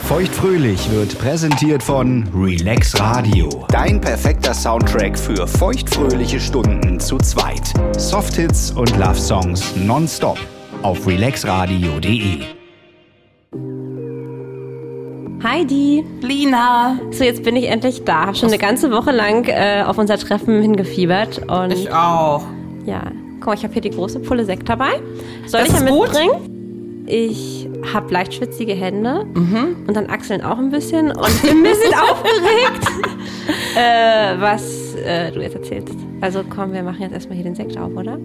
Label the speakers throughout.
Speaker 1: Feuchtfröhlich wird präsentiert von Relax Radio. Dein perfekter Soundtrack für feuchtfröhliche Stunden zu zweit. Softhits und Love Songs nonstop auf relaxradio.de.
Speaker 2: Heidi.
Speaker 3: Lina.
Speaker 2: So, jetzt bin ich endlich da. Schon eine ganze Woche lang äh, auf unser Treffen hingefiebert. Und
Speaker 3: Ich auch.
Speaker 2: ja, guck mal, ich habe hier die große Pulle Sekt dabei. Soll
Speaker 3: Das
Speaker 2: ich ja
Speaker 3: ist gut.
Speaker 2: mitbringen? Ich habe leicht schwitzige Hände
Speaker 3: Mhm.
Speaker 2: und dann Achseln auch ein bisschen und bin ein bisschen aufgeregt, äh, was äh, du jetzt erzählst. Also komm, wir machen jetzt erstmal hier den Sekt auf, oder?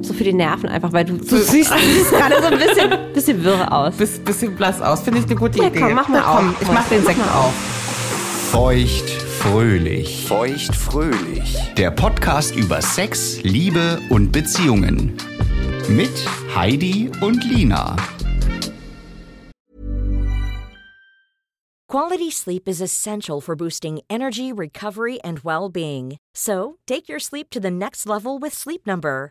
Speaker 2: So für die Nerven einfach, weil du, du siehst, du siehst gerade so ein bisschen, bisschen wirr aus.
Speaker 3: Bis, bisschen blass aus. Finde ich eine gute
Speaker 2: Ja,
Speaker 3: Idee.
Speaker 2: komm, mach mal
Speaker 3: Na, komm,
Speaker 2: auf.
Speaker 3: ich mach den Sekt auf.
Speaker 1: Feuchtfröhlich. Feuchtfröhlich. Der Podcast über Sex, Liebe und Beziehungen. Mit Heidi und Lina.
Speaker 4: Quality sleep is essential for boosting energy, recovery, and well being. So, take your sleep to the next level with Sleep Number.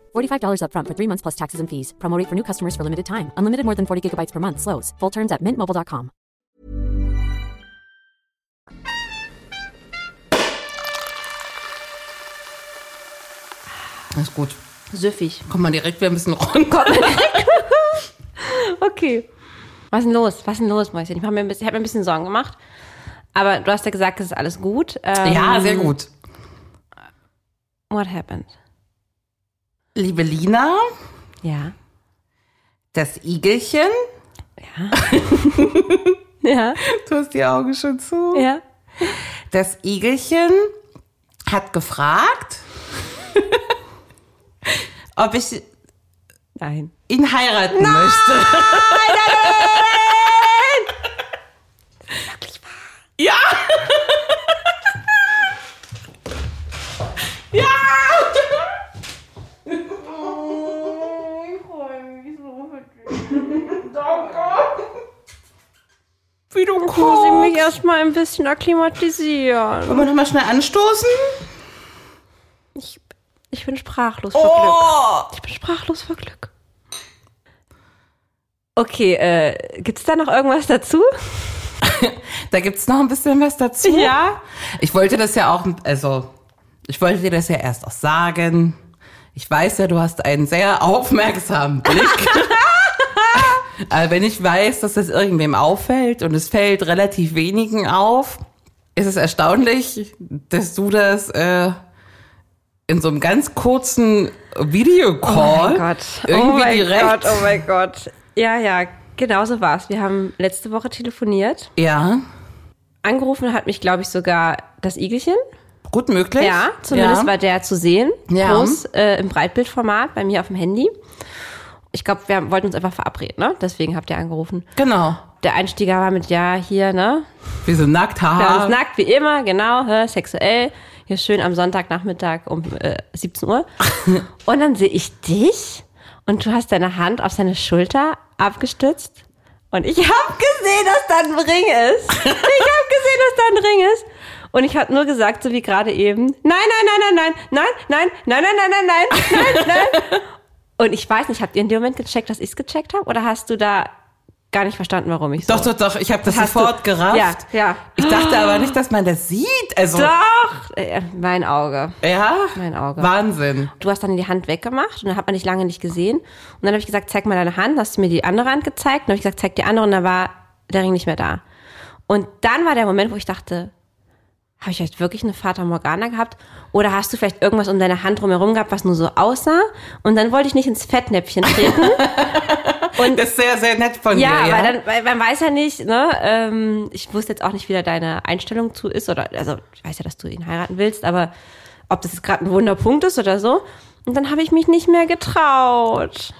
Speaker 5: $45 upfront for three months plus taxes and fees. Promo rate for new customers for limited time. Unlimited more than 40 gigabytes per month. Slows. Full terms at mintmobile.com.
Speaker 3: Ist gut.
Speaker 2: Süffig.
Speaker 3: Komm mal direkt wieder ein bisschen runter.
Speaker 2: Okay. Was ist denn los? Was ist denn los, Mäuschen? Ich habe mir, ein bisschen- ich hab mir ein bisschen Sorgen gemacht. Aber du hast ja gesagt, es ist alles gut. Ähm,
Speaker 3: Ja, sehr gut.
Speaker 2: What happened?
Speaker 3: Liebe Lina,
Speaker 2: Ja.
Speaker 3: das Igelchen.
Speaker 2: Ja.
Speaker 3: Du hast die Augen schon zu.
Speaker 2: Ja.
Speaker 3: Das Igelchen hat gefragt, ob ich
Speaker 2: Nein.
Speaker 3: ihn heiraten möchte. Nein, nein, nein, nein, nein. Ja! ja! Wie du
Speaker 2: Muss ich
Speaker 3: guckst.
Speaker 2: mich erstmal ein bisschen akklimatisieren.
Speaker 3: Wollen wir nochmal schnell anstoßen?
Speaker 2: Ich, ich bin sprachlos vor oh. Glück. Ich bin sprachlos vor Glück. Okay, äh, gibt's da noch irgendwas dazu?
Speaker 3: Da gibt's noch ein bisschen was dazu.
Speaker 2: Ja.
Speaker 3: Ich wollte das ja auch, also ich wollte dir das ja erst auch sagen. Ich weiß ja, du hast einen sehr aufmerksamen Blick. Aber wenn ich weiß, dass das irgendwem auffällt und es fällt relativ wenigen auf, ist es erstaunlich, dass du das äh, in so einem ganz kurzen Videocall irgendwie
Speaker 2: oh mein
Speaker 3: direkt.
Speaker 2: Gott, oh mein Gott. Ja, ja, genau so war's. Wir haben letzte Woche telefoniert.
Speaker 3: Ja,
Speaker 2: Angerufen hat mich, glaube ich, sogar das Igelchen.
Speaker 3: gut möglich.
Speaker 2: Ja, zumindest
Speaker 3: Ja.
Speaker 2: war der zu sehen.
Speaker 3: Ja.
Speaker 2: Groß äh, im Breitbildformat bei mir auf dem Handy. Ich glaube, wir wollten uns einfach verabreden, ne? Deswegen habt ihr angerufen.
Speaker 3: Genau.
Speaker 2: Der Einstieger war mit, ja, hier, ne?
Speaker 3: Wir sind nackt, haha.
Speaker 2: Wir haben uns nackt, wie immer, genau, hä, sexuell. Hier schön am Sonntagnachmittag um äh, 17 Uhr. Und dann sehe ich dich und du hast deine Hand auf seine Schulter abgestützt. Und ich habe gesehen, dass da ein Ring ist. Ich habe gesehen, dass da ein Ring ist. Und ich habe nur gesagt, so wie gerade eben, nein, nein, nein, nein, nein, nein, nein, nein, nein, nein, nein, nein, nein, nein. Und ich weiß nicht, habt ihr in dem Moment gecheckt, dass ich es gecheckt habe? Oder hast du da gar nicht verstanden, warum ich so...
Speaker 3: Doch, doch, doch, ich habe das
Speaker 2: Hast du-
Speaker 3: sofort gerafft.
Speaker 2: Ja, ja.
Speaker 3: Ich dachte aber nicht, dass man das sieht. Also,
Speaker 2: Doch! Äh, Mein Auge.
Speaker 3: ja,
Speaker 2: Mein Auge.
Speaker 3: Wahnsinn.
Speaker 2: Du hast dann die Hand weggemacht und dann hat man dich lange nicht gesehen. Und dann habe ich gesagt, zeig mal deine Hand. Hast du mir die andere Hand gezeigt? Und dann habe ich gesagt, zeig die andere. Und da war der Ring nicht mehr da. Und dann war der Moment, wo ich dachte, habe ich vielleicht wirklich eine Fata Morgana gehabt? Oder hast du vielleicht irgendwas um deine Hand drumherum gehabt, was nur so aussah? Und dann wollte ich nicht ins Fettnäpfchen treten.
Speaker 3: Das ist sehr, sehr nett von
Speaker 2: ja,
Speaker 3: dir.
Speaker 2: weil dann, weil man weiß ja nicht, ne? Ähm, ich wusste jetzt auch nicht, wie da deine Einstellung zu ist. Oder also ich weiß ja, dass du ihn heiraten willst, aber ob das jetzt gerade ein Wunderpunkt ist oder so. Und dann habe ich mich nicht mehr getraut.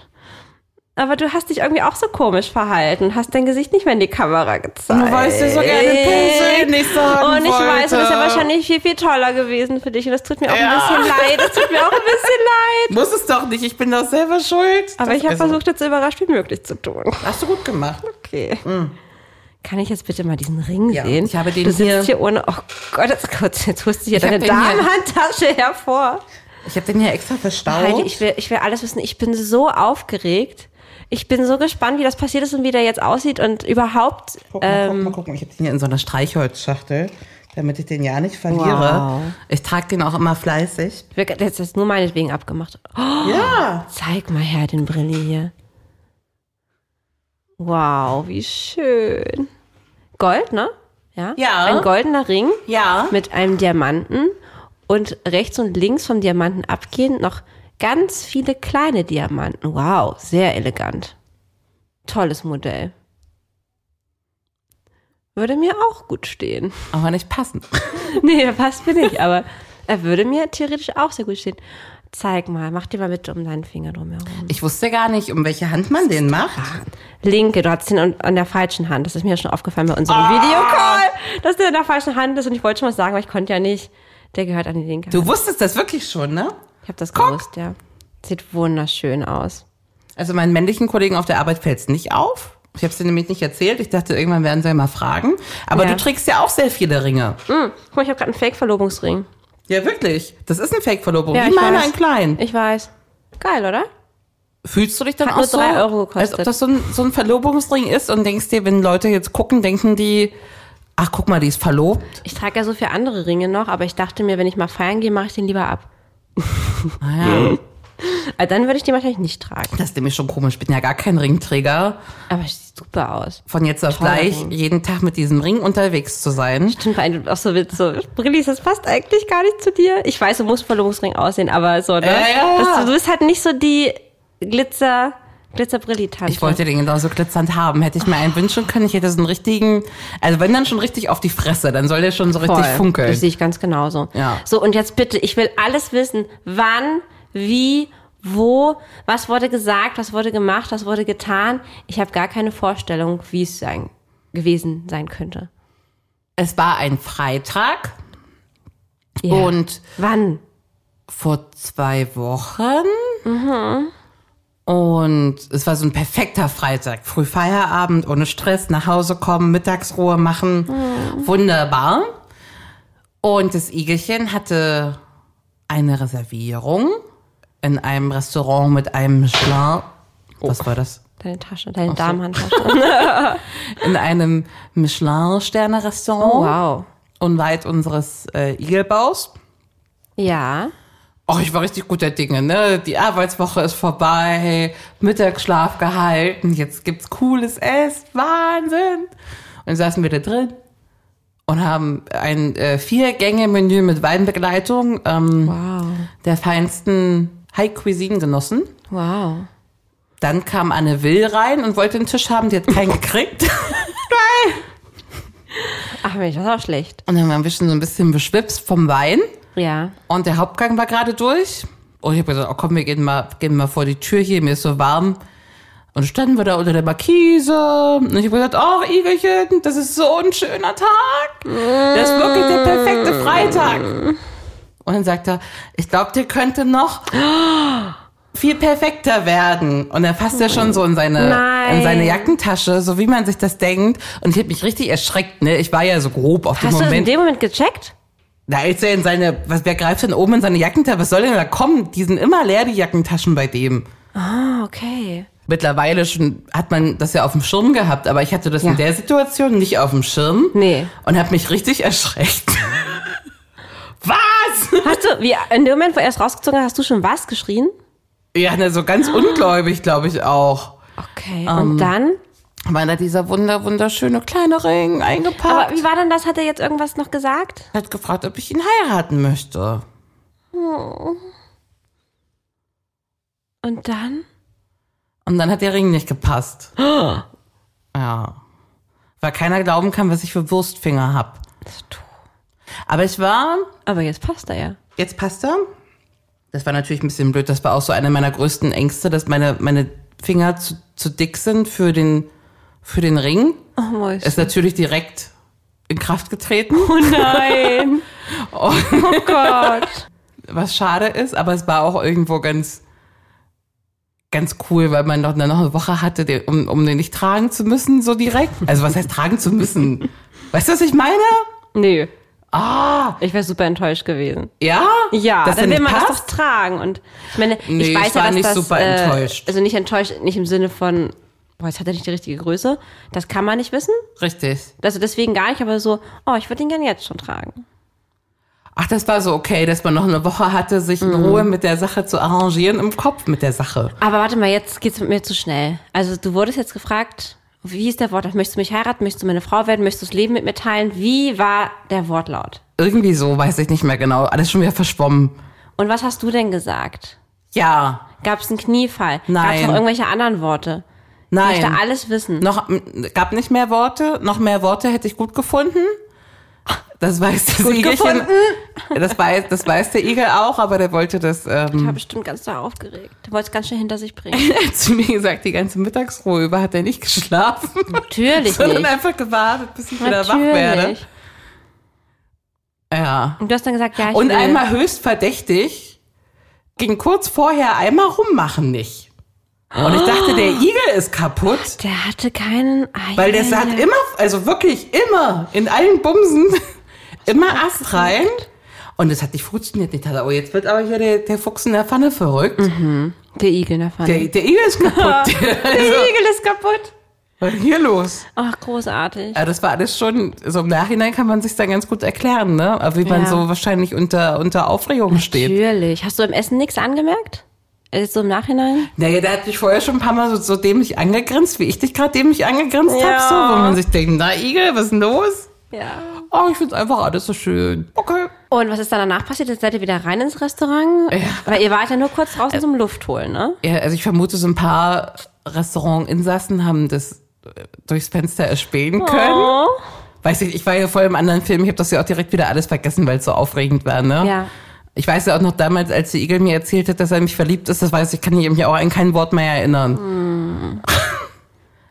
Speaker 2: Aber du hast dich irgendwie auch so komisch verhalten, hast dein Gesicht nicht mehr in die Kamera gezeigt.
Speaker 3: Du weißt ja so gerne Pinsel nicht sagen
Speaker 2: Und ich
Speaker 3: wollte.
Speaker 2: weiß, und das ist ja wahrscheinlich viel, viel toller gewesen für dich. Und das tut mir auch
Speaker 3: Ja.
Speaker 2: ein bisschen leid. Das tut mir auch ein bisschen leid.
Speaker 3: Muss es doch nicht, ich bin doch selber schuld.
Speaker 2: Aber
Speaker 3: Das-
Speaker 2: ich habe
Speaker 3: also,
Speaker 2: versucht, jetzt so überrascht wie möglich zu tun.
Speaker 3: Hast du gut gemacht.
Speaker 2: Okay. Kann ich jetzt bitte mal diesen Ring
Speaker 3: Mm. Ja,
Speaker 2: sehen?
Speaker 3: ich habe den
Speaker 2: du sitzt
Speaker 3: hier-
Speaker 2: hier, ohne. Oh Gott, jetzt, kurz, jetzt holst du hier
Speaker 3: Ich
Speaker 2: deine
Speaker 3: habe den hier-
Speaker 2: Damenhandtasche hervor.
Speaker 3: Ich habe den hier extra verstaut.
Speaker 2: Heidi, ich will, ich will alles wissen. Ich bin so aufgeregt. Ich bin so gespannt, wie das passiert ist und wie der jetzt aussieht und überhaupt.
Speaker 3: Guck mal,
Speaker 2: ähm,
Speaker 3: guck mal, guck mal. Ich habe den hier in so einer Streichholzschachtel, damit ich den ja nicht verliere.
Speaker 2: Wow.
Speaker 3: Ich trage den auch immer fleißig.
Speaker 2: wir- Jetzt ist nur meinetwegen abgemacht. Oh,
Speaker 3: Ja.
Speaker 2: zeig mal her den Brille hier. Wow, wie schön. Gold, ne? Ja.
Speaker 3: Ja.
Speaker 2: Ein goldener Ring.
Speaker 3: Ja.
Speaker 2: mit einem Diamanten und rechts und links vom Diamanten abgehend noch ganz viele kleine Diamanten. Wow, sehr elegant. Tolles Modell. Würde mir auch gut stehen.
Speaker 3: Aber nicht passend.
Speaker 2: Nee, der passt mir nicht, aber er würde mir theoretisch auch sehr gut stehen. Zeig mal, mach dir mal bitte um deinen Finger drumherum.
Speaker 3: Ich wusste gar nicht, um welche Hand man den macht.
Speaker 2: Linke, du hattest ihn an- an der falschen Hand. Das ist mir schon aufgefallen bei unserem Videocall, dass der an der falschen Hand ist. Und ich wollte schon was sagen, aber ich konnte ja nicht. Der gehört an die linke Hand.
Speaker 3: Du wusstest das wirklich schon, ne?
Speaker 2: Ich habe das
Speaker 3: Guck.
Speaker 2: gewusst, ja. Sieht wunderschön aus.
Speaker 3: Also meinen männlichen Kollegen auf der Arbeit fällt es nicht auf. Ich habe es dir nämlich nicht erzählt. Ich dachte, irgendwann werden sie ja mal fragen. Aber
Speaker 2: Ja.
Speaker 3: du trägst ja auch sehr viele Ringe.
Speaker 2: Hm, guck mal, ich habe gerade einen Fake-Verlobungsring.
Speaker 3: Ja, wirklich. Das ist eine Fake-Verlobung.
Speaker 2: Ja,
Speaker 3: Wie
Speaker 2: ich
Speaker 3: meine
Speaker 2: weiß.
Speaker 3: einen kleinen.
Speaker 2: Ich weiß. Geil, oder?
Speaker 3: Fühlst du dich dann
Speaker 2: Hat
Speaker 3: auch
Speaker 2: nur
Speaker 3: so,
Speaker 2: drei Euro
Speaker 3: als
Speaker 2: gekostet.
Speaker 3: ob das so ein, so ein Verlobungsring ist und denkst dir, wenn Leute jetzt gucken, denken die, ach guck mal, die ist verlobt.
Speaker 2: Ich trage ja so viele andere Ringe noch, aber ich dachte mir, wenn ich mal feiern gehe, mache ich den lieber ab.
Speaker 3: Naja,
Speaker 2: Also dann würde ich den wahrscheinlich nicht tragen.
Speaker 3: Ah das ist nämlich schon komisch. Ich bin ja gar kein Ringträger.
Speaker 2: Aber es sieht super aus.
Speaker 3: Von jetzt auf
Speaker 2: Toller
Speaker 3: gleich
Speaker 2: Ring.
Speaker 3: jeden Tag mit diesem Ring unterwegs zu sein.
Speaker 2: Stimmt, weil du auch so willst, so, Brillis, das passt eigentlich gar nicht zu dir. Ich weiß, du musst Verlobungsring aussehen, aber so, ne?
Speaker 3: Ja, ja.
Speaker 2: Das, du, du bist halt nicht so die Glitzer, Glitzer-Brilli-Tante.
Speaker 3: Ich wollte den genauso glitzernd haben. Hätte ich mir einen wünschen können, ich hätte so einen richtigen, also wenn dann schon richtig auf die Fresse, dann soll der schon so richtig
Speaker 2: Voll. Das
Speaker 3: funkeln.
Speaker 2: sehe ich ganz genauso.
Speaker 3: Ja.
Speaker 2: So, und jetzt bitte, ich will alles wissen. Wann, wie, wo, was wurde gesagt, was wurde gemacht, was wurde getan. Ich habe gar keine Vorstellung, wie es sein, gewesen sein könnte.
Speaker 3: Es war ein Freitag
Speaker 2: Ja.
Speaker 3: und
Speaker 2: Wann?
Speaker 3: vor zwei Wochen. Und es war so ein perfekter Freitag. Früh Feierabend, ohne Stress, nach Hause kommen, Mittagsruhe machen. Wunderbar. Und das Igelchen hatte eine Reservierung in einem Restaurant mit einem Michelin. Was war das?
Speaker 2: Deine Tasche, deine Damenhandtasche.
Speaker 3: In einem Michelin-Sterne-Restaurant.
Speaker 2: Oh, wow.
Speaker 3: Unweit unseres äh, Igelbaus.
Speaker 2: Ja.
Speaker 3: Oh, ich war richtig guter Dinge, ne? Die Arbeitswoche ist vorbei, Mittagsschlaf gehalten, jetzt gibt's cooles Essen, Wahnsinn. Und dann saßen wir da drin und haben ein äh, Vier-Gänge-Menü mit Weinbegleitung ähm,
Speaker 2: Wow.
Speaker 3: der feinsten High Cuisine genossen.
Speaker 2: Wow.
Speaker 3: Dann kam Anne Will rein und wollte einen Tisch haben, die hat keinen gekriegt.
Speaker 2: Ach Mensch, das ist auch schlecht.
Speaker 3: Und dann waren wir schon so ein bisschen beschwipst vom Wein.
Speaker 2: Ja.
Speaker 3: Und der Hauptgang war gerade durch. Und ich habe gesagt, oh komm, wir gehen mal, gehen mal vor die Tür hier, mir ist so warm. Und standen wir da unter der Markise. Und ich habe gesagt, oh Igelchen, das ist so ein schöner Tag. Das ist wirklich der perfekte Freitag. Und dann sagt er, ich glaube, der könnte noch viel perfekter werden. Und dann fasst er schon so in seine,
Speaker 2: Nein.
Speaker 3: in seine Jackentasche, so wie man sich das denkt. Und ich habe mich richtig erschreckt, ne? Ich war ja so grob auf den
Speaker 2: Hast du das in
Speaker 3: Moment.
Speaker 2: dem Moment gecheckt?
Speaker 3: Na, als er in seine, was, wer greift denn oben in seine Jackentasche? Was soll denn da kommen? Die sind immer leer, die Jackentaschen bei dem.
Speaker 2: Ah, okay.
Speaker 3: Mittlerweile schon hat man das ja auf dem Schirm gehabt, aber ich hatte das
Speaker 2: Ja.
Speaker 3: in der Situation nicht auf dem Schirm.
Speaker 2: Nee.
Speaker 3: Und habe mich richtig erschreckt. was?
Speaker 2: Hast du, wie, in dem Moment, wo er es rausgezogen hat, hast du schon was geschrien?
Speaker 3: Ja, ne, so ganz ungläubig, glaube ich auch.
Speaker 2: Okay. und dann?
Speaker 3: war da dieser wunder, wunderschöne kleine Ring eingepackt.
Speaker 2: Aber wie war denn das? Hat er jetzt irgendwas noch gesagt?
Speaker 3: hat gefragt, ob ich ihn heiraten möchte.
Speaker 2: Oh. Und dann?
Speaker 3: Und dann hat der Ring nicht gepasst. Ja. Weil keiner glauben kann, was ich für Wurstfinger hab. Aber ich war,
Speaker 2: Aber jetzt passt er ja.
Speaker 3: jetzt passt er. Das war natürlich ein bisschen blöd. Das war auch so eine meiner größten Ängste, dass meine, meine Finger zu, zu dick sind für den, für den Ring.
Speaker 2: Oh, Mäuschen.
Speaker 3: Ist natürlich direkt in Kraft getreten.
Speaker 2: Oh nein. oh Gott.
Speaker 3: was schade ist, aber es war auch irgendwo ganz, ganz cool, weil man doch dann noch eine Woche hatte, den- um, um den nicht tragen zu müssen, so direkt. Also was heißt tragen zu müssen? Weißt du, was ich meine?
Speaker 2: Nee. Ah. Ich wäre super enttäuscht gewesen.
Speaker 3: Ja?
Speaker 2: Ja,
Speaker 3: dass
Speaker 2: dann
Speaker 3: der
Speaker 2: will man
Speaker 3: nicht
Speaker 2: das
Speaker 3: passt?
Speaker 2: doch tragen. Und ich meine,
Speaker 3: Nee,
Speaker 2: ich weiß
Speaker 3: ich
Speaker 2: ja,
Speaker 3: war
Speaker 2: dass
Speaker 3: nicht
Speaker 2: das,
Speaker 3: super
Speaker 2: äh,
Speaker 3: enttäuscht.
Speaker 2: Also nicht enttäuscht, nicht im Sinne von, boah, jetzt hat er nicht die richtige Größe. Das kann man nicht wissen.
Speaker 3: Richtig.
Speaker 2: Also deswegen gar nicht, aber so, oh, ich würde ihn gerne jetzt schon tragen.
Speaker 3: Ach, das war so okay, dass man noch eine Woche hatte, sich
Speaker 2: Mhm.
Speaker 3: in Ruhe mit der Sache zu arrangieren, im Kopf mit der Sache.
Speaker 2: Aber warte mal, jetzt geht's mit mir zu schnell. Also du wurdest jetzt gefragt, wie hieß der Wortlaut? Möchtest du mich heiraten? Möchtest du meine Frau werden? Möchtest du das Leben mit mir teilen? Wie war der Wortlaut?
Speaker 3: Irgendwie so, weiß ich nicht mehr genau. Alles schon wieder verschwommen.
Speaker 2: Und was hast du denn gesagt?
Speaker 3: Ja,
Speaker 2: Gab's einen Kniefall?
Speaker 3: Nein.
Speaker 2: Gab's noch irgendwelche anderen Worte?
Speaker 3: nein.
Speaker 2: Ich möchte alles wissen.
Speaker 3: Noch, m, gab nicht mehr Worte. Noch mehr Worte hätte ich gut gefunden. Das weiß das
Speaker 2: Gut
Speaker 3: Igelchen.
Speaker 2: gefunden.
Speaker 3: Das weiß, das weiß der Igel auch, aber der wollte das
Speaker 2: Ich
Speaker 3: ähm,
Speaker 2: war bestimmt ganz doll aufgeregt. Du wolltest ganz schnell hinter sich bringen.
Speaker 3: zu mir gesagt, die ganze Mittagsruhe über hat er nicht geschlafen,
Speaker 2: Natürlich
Speaker 3: sondern
Speaker 2: nicht.
Speaker 3: einfach gewartet, bis ich wieder wach werde.
Speaker 2: Natürlich.
Speaker 3: Ja.
Speaker 2: Und du hast dann gesagt, ja, ich
Speaker 3: Und
Speaker 2: will.
Speaker 3: einmal höchst verdächtig ging kurz vorher einmal rummachen nicht. Und ich dachte, der Igel ist kaputt.
Speaker 2: Der hatte keinen. Ah,
Speaker 3: Weil
Speaker 2: ja,
Speaker 3: das
Speaker 2: ja,
Speaker 3: hat
Speaker 2: ja.
Speaker 3: immer, also wirklich immer, in allen Bumsen, immer Ast rein. Und es hat nicht funktioniert. Ich dachte, oh, jetzt wird aber hier der, der Fuchs in der Pfanne verrückt.
Speaker 2: Der Igel ne, in der Pfanne.
Speaker 3: Der, der Igel ist kaputt. also,
Speaker 2: Mhm. Der Igel ist kaputt.
Speaker 3: was ist hier los?
Speaker 2: Ach, großartig.
Speaker 3: Ja, das war alles schon, so im Nachhinein kann man sich dann ganz gut erklären, ne? Aber Wie man
Speaker 2: Ja.
Speaker 3: so wahrscheinlich unter, unter Aufregung steht.
Speaker 2: Natürlich. Hast du im Essen nichts angemerkt? Jetzt so im Nachhinein?
Speaker 3: Naja, der hat mich vorher schon ein paar Mal so, so dämlich angegrinst, wie ich dich gerade dämlich angegrinst hab,
Speaker 2: Ja.
Speaker 3: So, wo man sich denkt, na Igel, was ist denn los?
Speaker 2: Ja.
Speaker 3: Oh, ich find's einfach alles so schön. Okay.
Speaker 2: Und was ist dann danach passiert? Jetzt seid ihr wieder rein ins Restaurant.
Speaker 3: Ja.
Speaker 2: Weil ihr wart ja nur kurz draußen zum Luft holen, ne?
Speaker 3: Ja, also ich vermute, so ein paar Restaurantinsassen haben das äh, durchs Fenster erspähen können.
Speaker 2: Oh.
Speaker 3: Weiß ich, ich war ja voll im anderen Film, ich habe das ja auch direkt wieder alles vergessen, weil es so aufregend war, ne?
Speaker 2: Ja.
Speaker 3: Ich weiß ja auch noch damals, als der Igel mir erzählt hat, dass er mich verliebt ist, das weiß ich, kann ich mich auch an kein Wort mehr erinnern.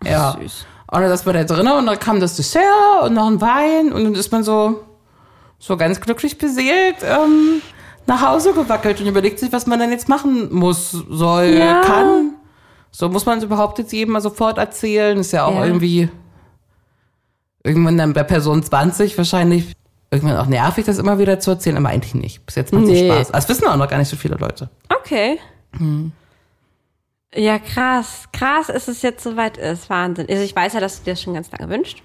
Speaker 3: ja.
Speaker 2: Hm. Süß.
Speaker 3: Und dann saß man da drinnen und dann kam das Dessert und noch ein Wein und dann ist man so, so ganz glücklich beseelt ähm, nach Hause gewackelt und überlegt sich, was man dann jetzt machen muss, soll,
Speaker 2: Ja.
Speaker 3: kann. So muss man es überhaupt jetzt jedem mal sofort erzählen. Ist ja auch
Speaker 2: Ja.
Speaker 3: irgendwie irgendwann dann bei Person 20 wahrscheinlich irgendwann auch nervig, das immer wieder zu erzählen, aber eigentlich nicht. Bis jetzt macht es
Speaker 2: Nee.
Speaker 3: Spaß. Das wissen auch noch gar nicht so viele Leute.
Speaker 2: Okay. Hm. Ja, krass. Krass ist es jetzt soweit ist. Wahnsinn. Also ich weiß ja, dass du dir das schon ganz lange wünschst.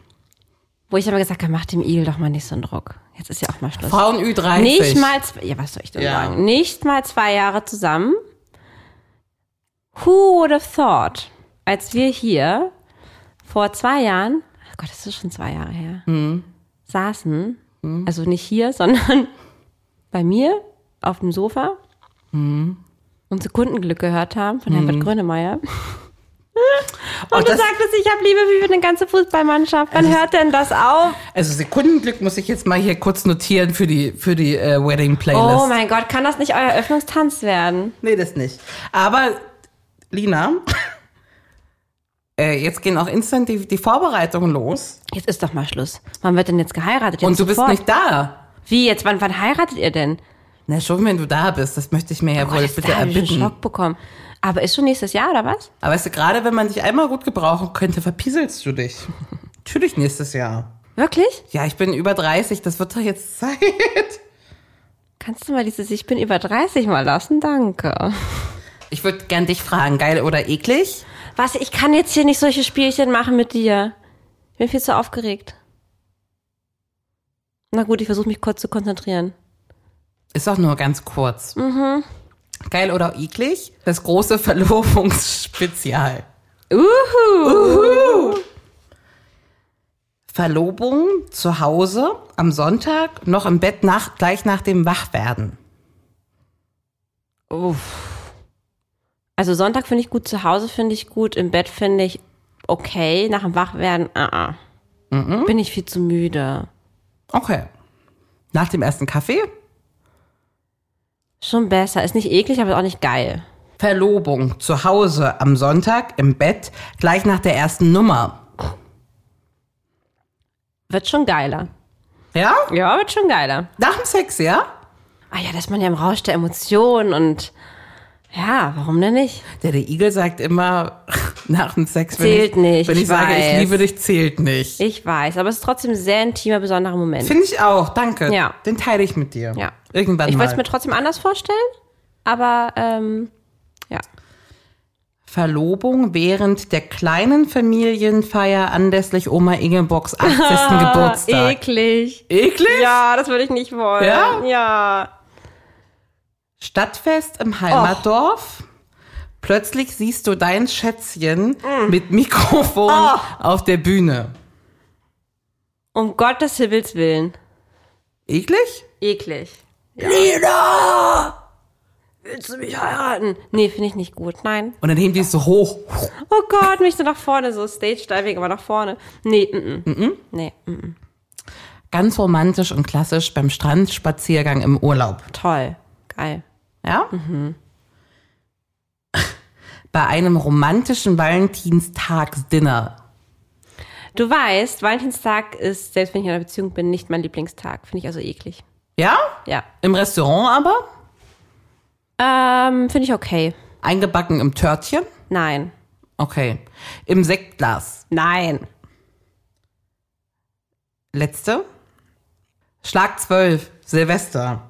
Speaker 2: Wo ich aber gesagt habe, mach dem Igel doch mal nicht so einen Druck. Jetzt ist ja auch mal Schluss.
Speaker 3: Frauen Ü30.
Speaker 2: nicht mal zwei, ja, was soll ich denn
Speaker 3: Ja.
Speaker 2: sagen? Nicht mal zwei Jahre zusammen. Who would have thought, als wir hier vor zwei Jahren, oh Gott, das ist schon zwei Jahre her,
Speaker 3: Mhm.
Speaker 2: saßen, also nicht hier, sondern bei mir auf dem Sofa
Speaker 3: Mhm.
Speaker 2: und Sekundenglück gehört haben von Herbert Grönemeyer.
Speaker 3: Oh,
Speaker 2: Und du
Speaker 3: Mhm. das,
Speaker 2: sagtest, ich habe Liebe wie für eine ganze Fußballmannschaft. Wann hört denn das auf?
Speaker 3: also Sekundenglück muss ich jetzt mal hier kurz notieren für die, für die äh, Wedding-Playlist.
Speaker 2: Oh mein Gott, kann das nicht euer Öffnungstanz werden?
Speaker 3: Nee, das nicht. Aber, Lina, äh, jetzt gehen auch instant die, die Vorbereitungen los.
Speaker 2: Jetzt ist doch mal Schluss. Wann wird denn jetzt geheiratet? Jetzt
Speaker 3: und du
Speaker 2: sofort.
Speaker 3: bist nicht da.
Speaker 2: Wie jetzt? Wann, wann heiratet ihr denn?
Speaker 3: Na schon, wenn du da bist, das möchte ich mir ja wohl
Speaker 2: jetzt
Speaker 3: bitte
Speaker 2: da hab ich einen
Speaker 3: erbitten.
Speaker 2: Schock bekommen. Aber ist schon nächstes Jahr oder was?
Speaker 3: Aber weißt du, gerade wenn man dich einmal gut gebrauchen könnte, verpieselst du dich. Natürlich nächstes Jahr.
Speaker 2: Wirklich?
Speaker 3: Ja, ich bin über 30, das wird doch jetzt Zeit.
Speaker 2: Kannst du mal dieses Ich bin über 30 mal lassen? Danke.
Speaker 3: Ich würde gern dich fragen, geil oder eklig?
Speaker 2: Was? Ich kann jetzt hier nicht solche Spielchen machen mit dir. Ich bin viel zu aufgeregt. Na gut, ich versuche mich kurz zu konzentrieren.
Speaker 3: Ist auch nur ganz kurz. Geil oder eklig? Das große Verlobungsspezial.
Speaker 2: Uhu.
Speaker 3: Verlobung zu Hause am Sonntag, noch im Bett nach, gleich nach dem Wachwerden.
Speaker 2: Also Sonntag finde ich gut, zu Hause finde ich gut, im Bett finde ich okay, nach dem Wachwerden, ah, ah.
Speaker 3: Mhm.
Speaker 2: Bin ich viel zu müde.
Speaker 3: Okay. Nach dem ersten Kaffee?
Speaker 2: Schon besser. Ist nicht eklig, aber auch nicht geil.
Speaker 3: Verlobung zu Hause am Sonntag im Bett gleich nach der ersten Nummer.
Speaker 2: Wird schon geiler.
Speaker 3: Ja?
Speaker 2: Ja, wird schon geiler.
Speaker 3: Nach dem Sex, ja?
Speaker 2: Ah ja, dass man ja im Rausch der Emotionen und ja, warum denn nicht?
Speaker 3: Der, der Igel sagt immer, nach dem Sex,
Speaker 2: Zählt
Speaker 3: wenn ich,
Speaker 2: nicht,
Speaker 3: wenn ich,
Speaker 2: ich
Speaker 3: sage, ich
Speaker 2: weiß.
Speaker 3: liebe dich, zählt nicht.
Speaker 2: Ich weiß, aber es ist trotzdem ein sehr intimer, besonderer Moment.
Speaker 3: Finde ich auch, danke.
Speaker 2: Ja.
Speaker 3: Den teile ich mit dir.
Speaker 2: ja.
Speaker 3: Irgendwann
Speaker 2: ich
Speaker 3: mal.
Speaker 2: wollte es mir trotzdem anders vorstellen, aber ähm, ja.
Speaker 3: Verlobung während der kleinen Familienfeier anlässlich Oma Ingeborgs 80. Geburtstag.
Speaker 2: Eklig.
Speaker 3: Eklig?
Speaker 2: Ja, das würde ich nicht wollen.
Speaker 3: Ja?
Speaker 2: Ja.
Speaker 3: Stadtfest im Heimatdorf. Plötzlich siehst du dein Schätzchen mit Mikrofon auf der Bühne.
Speaker 2: Um Gottes Himmels Willen.
Speaker 3: Eklig?
Speaker 2: Eklig. Lina! Willst du mich heiraten? Nee, finde ich nicht gut. Nein.
Speaker 3: Und dann heben die es so hoch.
Speaker 2: Oh Gott, mich so nach vorne, so Stage-Diving, aber nach vorne. Nee, mm -mm. nee, mm.
Speaker 3: Ganz romantisch und klassisch beim Strandspaziergang im Urlaub.
Speaker 2: toll, geil.
Speaker 3: Ja?
Speaker 2: Mhm.
Speaker 3: Bei einem romantischen Valentinstagsdinner.
Speaker 2: Du weißt, Valentinstag ist, selbst wenn ich in einer Beziehung bin, nicht mein Lieblingstag. Finde ich also eklig.
Speaker 3: Ja?
Speaker 2: Ja.
Speaker 3: Im Restaurant aber?
Speaker 2: Ähm, finde ich okay.
Speaker 3: Eingebacken im Törtchen?
Speaker 2: Nein.
Speaker 3: Okay. Im Sektglas.
Speaker 2: Nein.
Speaker 3: Letzte. Schlag 12. Silvester.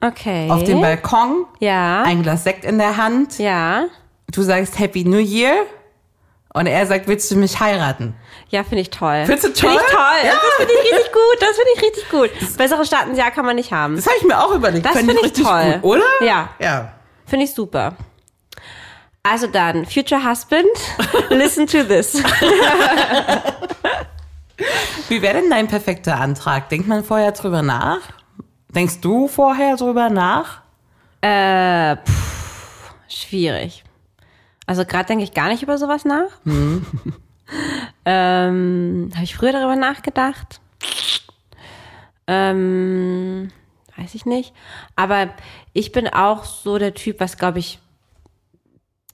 Speaker 2: Okay.
Speaker 3: Auf dem Balkon.
Speaker 2: Ja.
Speaker 3: Ein Glas Sekt in der Hand.
Speaker 2: ja.
Speaker 3: Du sagst Happy New Year. Und er sagt, willst du mich heiraten?
Speaker 2: Ja, finde ich toll.
Speaker 3: Findest du
Speaker 2: Finde ich
Speaker 3: toll?
Speaker 2: toll. Das finde ich richtig gut. Das finde ich richtig gut. Bessere Start ins Jahr kann man nicht haben.
Speaker 3: Das habe ich mir auch überlegt.
Speaker 2: Das
Speaker 3: Fand
Speaker 2: finde ich
Speaker 3: richtig
Speaker 2: toll.
Speaker 3: Gut, oder?
Speaker 2: Ja.
Speaker 3: Ja.
Speaker 2: Finde ich super. Also dann, Future Husband, listen to this.
Speaker 3: Wie wäre denn dein perfekter Antrag? Denkt man vorher drüber nach? Denkst du vorher drüber nach?
Speaker 2: Äh, Schwierig. Also gerade denke ich gar nicht über sowas nach. ähm, Habe ich früher darüber nachgedacht? Ähm, weiß ich nicht. Aber ich bin auch so der Typ, was glaube ich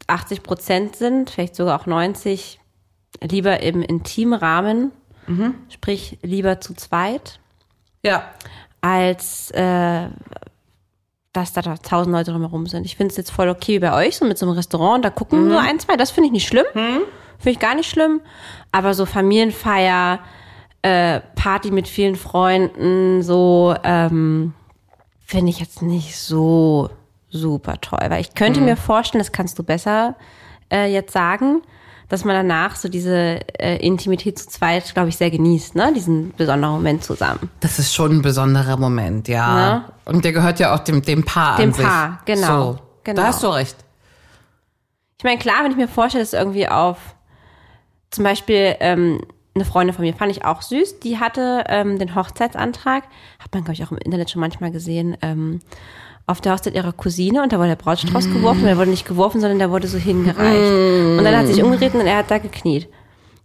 Speaker 2: 80 Prozent sind, vielleicht sogar auch 90, lieber im intimen Rahmen, sprich lieber zu zweit,
Speaker 3: Ja.
Speaker 2: als äh, dass da doch tausend Leute drumherum sind. Ich finde es jetzt voll okay wie bei euch, so mit so einem Restaurant, da gucken so ein, zwei, das finde ich nicht schlimm. Finde ich gar nicht schlimm. Aber so Familienfeier, äh, Party mit vielen Freunden, so ähm, finde ich jetzt nicht so super toll. Weil ich könnte mir vorstellen, das kannst du besser äh, jetzt sagen, dass man danach so diese äh, Intimität zu zweit, glaube ich, sehr genießt, ne? Diesen besonderen Moment zusammen.
Speaker 3: Das ist schon ein besonderer Moment, ja.
Speaker 2: Ja.
Speaker 3: Und der gehört ja auch dem, dem Paar
Speaker 2: Dem
Speaker 3: an sich.
Speaker 2: Paar, genau,
Speaker 3: So.
Speaker 2: genau.
Speaker 3: Da hast du recht.
Speaker 2: Ich meine, klar, wenn ich mir vorstelle, dass irgendwie auf zum Beispiel ähm, eine Freundin von mir, fand ich auch süß, die hatte ähm, den Hochzeitsantrag, hat man, glaube ich, auch im Internet schon manchmal gesehen, ähm, auf der Hochzeit ihrer Cousine und da wurde der Brautstrauß geworfen, und der wurde nicht geworfen, sondern der wurde so hingereicht. Und dann hat sie sich umgedreht und er hat da gekniet.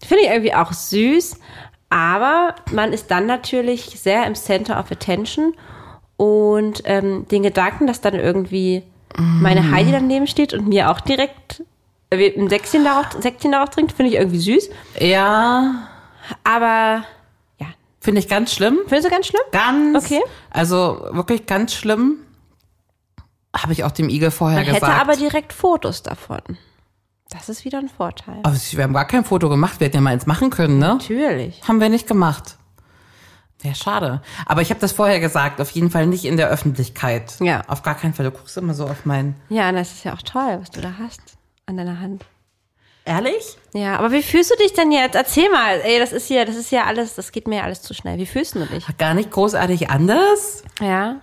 Speaker 2: Finde ich irgendwie auch süß, aber man ist dann natürlich sehr im Center of Attention und ähm, den Gedanken, dass dann irgendwie
Speaker 3: Mhm.
Speaker 2: meine Heidi daneben steht und mir auch direkt äh, wir- ein Säckchen darauf, Säckchen darauf trinkt, finde ich irgendwie süß.
Speaker 3: Ja,
Speaker 2: Aber
Speaker 3: finde ich ganz schlimm.
Speaker 2: findest du ganz schlimm?
Speaker 3: Ganz.
Speaker 2: Okay.
Speaker 3: Also wirklich ganz schlimm. Habe ich auch dem Igel vorher
Speaker 2: Man
Speaker 3: gesagt.
Speaker 2: hätte aber direkt Fotos davon. Das ist wieder ein Vorteil.
Speaker 3: aber Also wir haben gar kein Foto gemacht. Wir hätten ja mal eins machen können, ne?
Speaker 2: Natürlich.
Speaker 3: Haben wir nicht gemacht. Ja, schade. Aber ich habe das vorher gesagt. Auf jeden Fall nicht in der Öffentlichkeit.
Speaker 2: Ja.
Speaker 3: Auf gar keinen Fall. Du guckst immer so auf meinen.
Speaker 2: Ja, und das ist ja auch toll, was du da hast an deiner Hand.
Speaker 3: Ehrlich?
Speaker 2: Ja, aber wie fühlst du dich denn jetzt? Erzähl mal. Ey, das ist hier, das ist ja alles, das geht mir ja alles zu schnell. Wie fühlst du dich?
Speaker 3: Gar nicht großartig anders.
Speaker 2: Ja.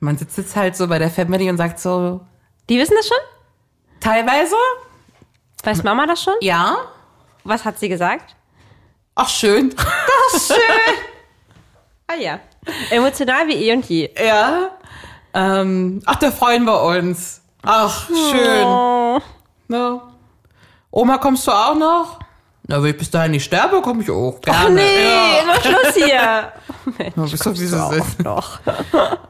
Speaker 3: Man sitzt jetzt halt so bei der Family und sagt so,
Speaker 2: Die wissen das schon?
Speaker 3: teilweise?
Speaker 2: Weiß Mama das schon?
Speaker 3: Ja.
Speaker 2: Was hat sie gesagt?
Speaker 3: Ach, schön.
Speaker 2: schön. Ah ja. Emotional wie eh und je.
Speaker 3: Ja. Ähm, ach, da freuen wir uns. Ach, schön.
Speaker 2: Oh.
Speaker 3: Na. Oma, kommst du auch noch? Na, wenn ich bis dahin nicht sterbe, komme ich auch gerne.
Speaker 2: Ach nee, mach Schluss hier.
Speaker 3: Ja, bist du, wie es ist.
Speaker 2: Doch.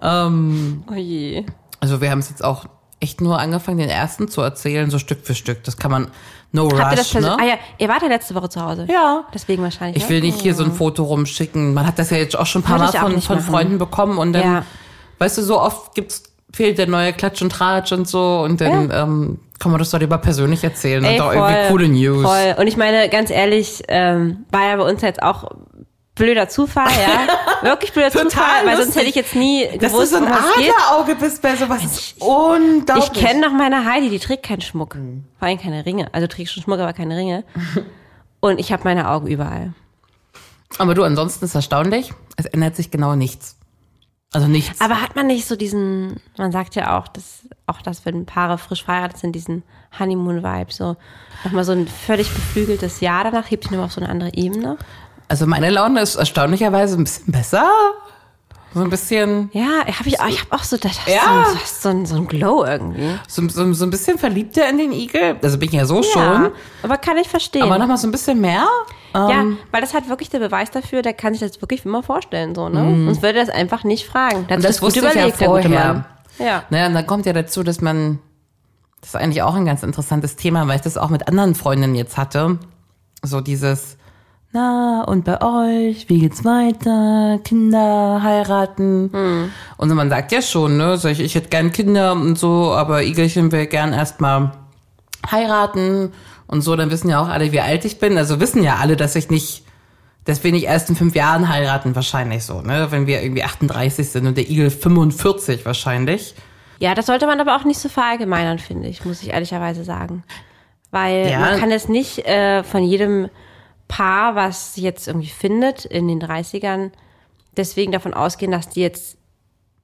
Speaker 3: Ähm,
Speaker 2: Oh je.
Speaker 3: Also wir haben es jetzt auch echt nur angefangen, den ersten zu erzählen, so Stück für Stück. Das kann man no
Speaker 2: Habt ihr das
Speaker 3: rush,
Speaker 2: persönlich?
Speaker 3: ne?
Speaker 2: Ah ja, ihr wart ja letzte Woche zu Hause.
Speaker 3: Ja.
Speaker 2: Deswegen wahrscheinlich. ne?
Speaker 3: Ich will nicht hier so ein Foto rumschicken. Man hat das ja jetzt auch schon ein paar
Speaker 2: Würde oh.
Speaker 3: Mal
Speaker 2: ich auch
Speaker 3: von,
Speaker 2: nicht
Speaker 3: von
Speaker 2: machen.
Speaker 3: Freunden bekommen und dann,
Speaker 2: Ja.
Speaker 3: weißt du, so oft gibt's fehlt der neue Klatsch und Tratsch und so und dann ähm, kann man das doch lieber persönlich erzählen
Speaker 2: Ey,
Speaker 3: und doch irgendwie
Speaker 2: voll,
Speaker 3: coole News.
Speaker 2: Voll. Und ich meine, ganz ehrlich, ähm, war ja bei uns jetzt auch blöder Zufall, ja. Wirklich blöder
Speaker 3: Total
Speaker 2: Zufall, weil sonst
Speaker 3: lustig.
Speaker 2: hätte ich jetzt nie
Speaker 3: Dass du
Speaker 2: gewusst,
Speaker 3: so ein
Speaker 2: worum es geht.
Speaker 3: Adlerauge bist bei sowas ist unglaublich.
Speaker 2: Ich kenne noch meine Heidi, die trägt keinen Schmuck.
Speaker 3: Mhm.
Speaker 2: Vor allem keine Ringe. Also trägt schon Schmuck, aber keine Ringe. Und ich habe meine Augen überall.
Speaker 3: Aber du, ansonsten ist erstaunlich. Es ändert sich genau nichts. Also nichts.
Speaker 2: Aber hat man nicht so diesen, man sagt ja auch, dass auch das, wenn Paare frisch verheiratet sind, diesen Honeymoon-Vibe, so nochmal so ein völlig beflügeltes Jahr danach, hebt dich nochmal auf so eine andere Ebene.
Speaker 3: Also meine Laune ist erstaunlicherweise ein bisschen besser. So ein bisschen,
Speaker 2: Ja, habe ich, auch- ich habe auch so, das
Speaker 3: Ja.
Speaker 2: ja. so, das so, ein, so ein Glow irgendwie.
Speaker 3: so, so, so ein bisschen verliebter in den Igel. Also bin ich ja so
Speaker 2: Ja,
Speaker 3: schon.
Speaker 2: aber kann ich verstehen.
Speaker 3: Aber ähm, nochmal so ein bisschen mehr.
Speaker 2: ja, weil das hat wirklich der Beweis dafür, der kann sich das wirklich immer vorstellen, so, ne? Sonst würde er das einfach nicht fragen. Der hat
Speaker 3: Mhm. Und
Speaker 2: sich
Speaker 3: das wusste
Speaker 2: gut
Speaker 3: ich ja
Speaker 2: überlegt, der gute
Speaker 3: vorher.
Speaker 2: Mann. Ja.
Speaker 3: Naja, und dann kommt ja dazu, dass man, das ist eigentlich auch ein ganz interessantes Thema, weil ich das auch mit anderen Freundinnen jetzt hatte. So dieses, na, und bei euch, wie geht's weiter? Kinder, heiraten. Und so, man sagt ja schon, ne, so ich, ich hätte gern Kinder und so, aber Igelchen will gern erstmal heiraten und so, dann wissen ja auch alle, wie alt ich bin. Also wissen ja alle, dass ich nicht, dass wir nicht erst in fünf Jahren heiraten, wahrscheinlich so, ne? Wenn wir irgendwie 38 sind und der Igel 45 wahrscheinlich.
Speaker 2: Ja, das sollte man aber auch nicht so verallgemeinern, finde ich, muss ich ehrlicherweise sagen. Weil
Speaker 3: Ja.
Speaker 2: man kann es nicht äh, von jedem Paar, was sie jetzt irgendwie findet in den 30ern, deswegen davon ausgehen, dass die jetzt,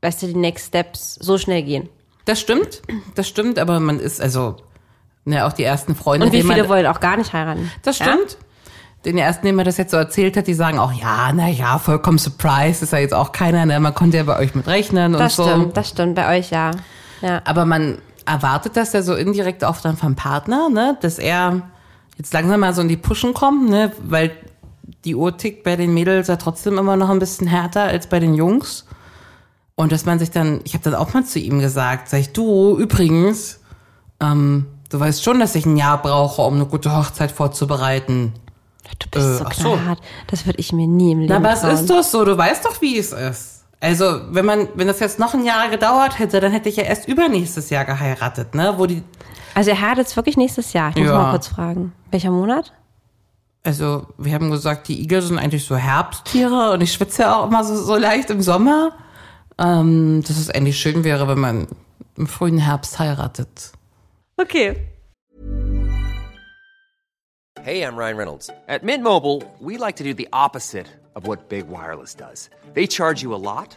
Speaker 2: weißt du, die Next Steps so schnell gehen.
Speaker 3: Das stimmt, das stimmt, aber man ist, also, ne, auch die ersten Freunde.
Speaker 2: Und wie
Speaker 3: denen
Speaker 2: viele
Speaker 3: man,
Speaker 2: wollen auch gar nicht heiraten.
Speaker 3: Das
Speaker 2: Ja?
Speaker 3: stimmt. Den ersten, dem er das jetzt so erzählt hat, die sagen auch, ja, na ja, vollkommen surprise, ist ja jetzt auch keiner, ne? Man konnte ja bei euch mit rechnen und
Speaker 2: Das
Speaker 3: so.
Speaker 2: stimmt, das stimmt, bei euch ja. ja.
Speaker 3: Aber man erwartet das ja so indirekt auch dann vom Partner, ne, dass er jetzt langsam mal so in die Pushen kommt, ne, weil die Uhr tickt bei den Mädels ja trotzdem immer noch ein bisschen härter als bei den Jungs. Und dass man sich dann, ich habe dann auch mal zu ihm gesagt, sag ich, du, übrigens, ähm, du weißt schon, dass ich ein Jahr brauche, um eine gute Hochzeit vorzubereiten.
Speaker 2: Du bist
Speaker 3: Äh,
Speaker 2: so
Speaker 3: ach so.
Speaker 2: knallhart. Das würde ich mir nie im Leben
Speaker 3: Na, aber es
Speaker 2: trauen.
Speaker 3: ist doch so, du weißt doch, wie es ist. Also, wenn man, wenn das jetzt noch ein Jahr gedauert hätte, dann hätte ich ja erst übernächstes Jahr geheiratet, ne? Wo die
Speaker 2: Also er heiratet wirklich nächstes Jahr. Ich muss
Speaker 3: Ja.
Speaker 2: mal kurz fragen. Welcher Monat?
Speaker 3: Also, wir haben gesagt, die Igel sind eigentlich so Herbsttiere und ich schwitze ja auch immer so, so leicht im Sommer. Ähm, dass es eigentlich schön wäre, wenn man im frühen Herbst heiratet.
Speaker 2: Okay.
Speaker 6: Hey, I'm Ryan Reynolds. At Mint Mobile, we like to do the opposite of what Big Wireless does. They charge you a lot,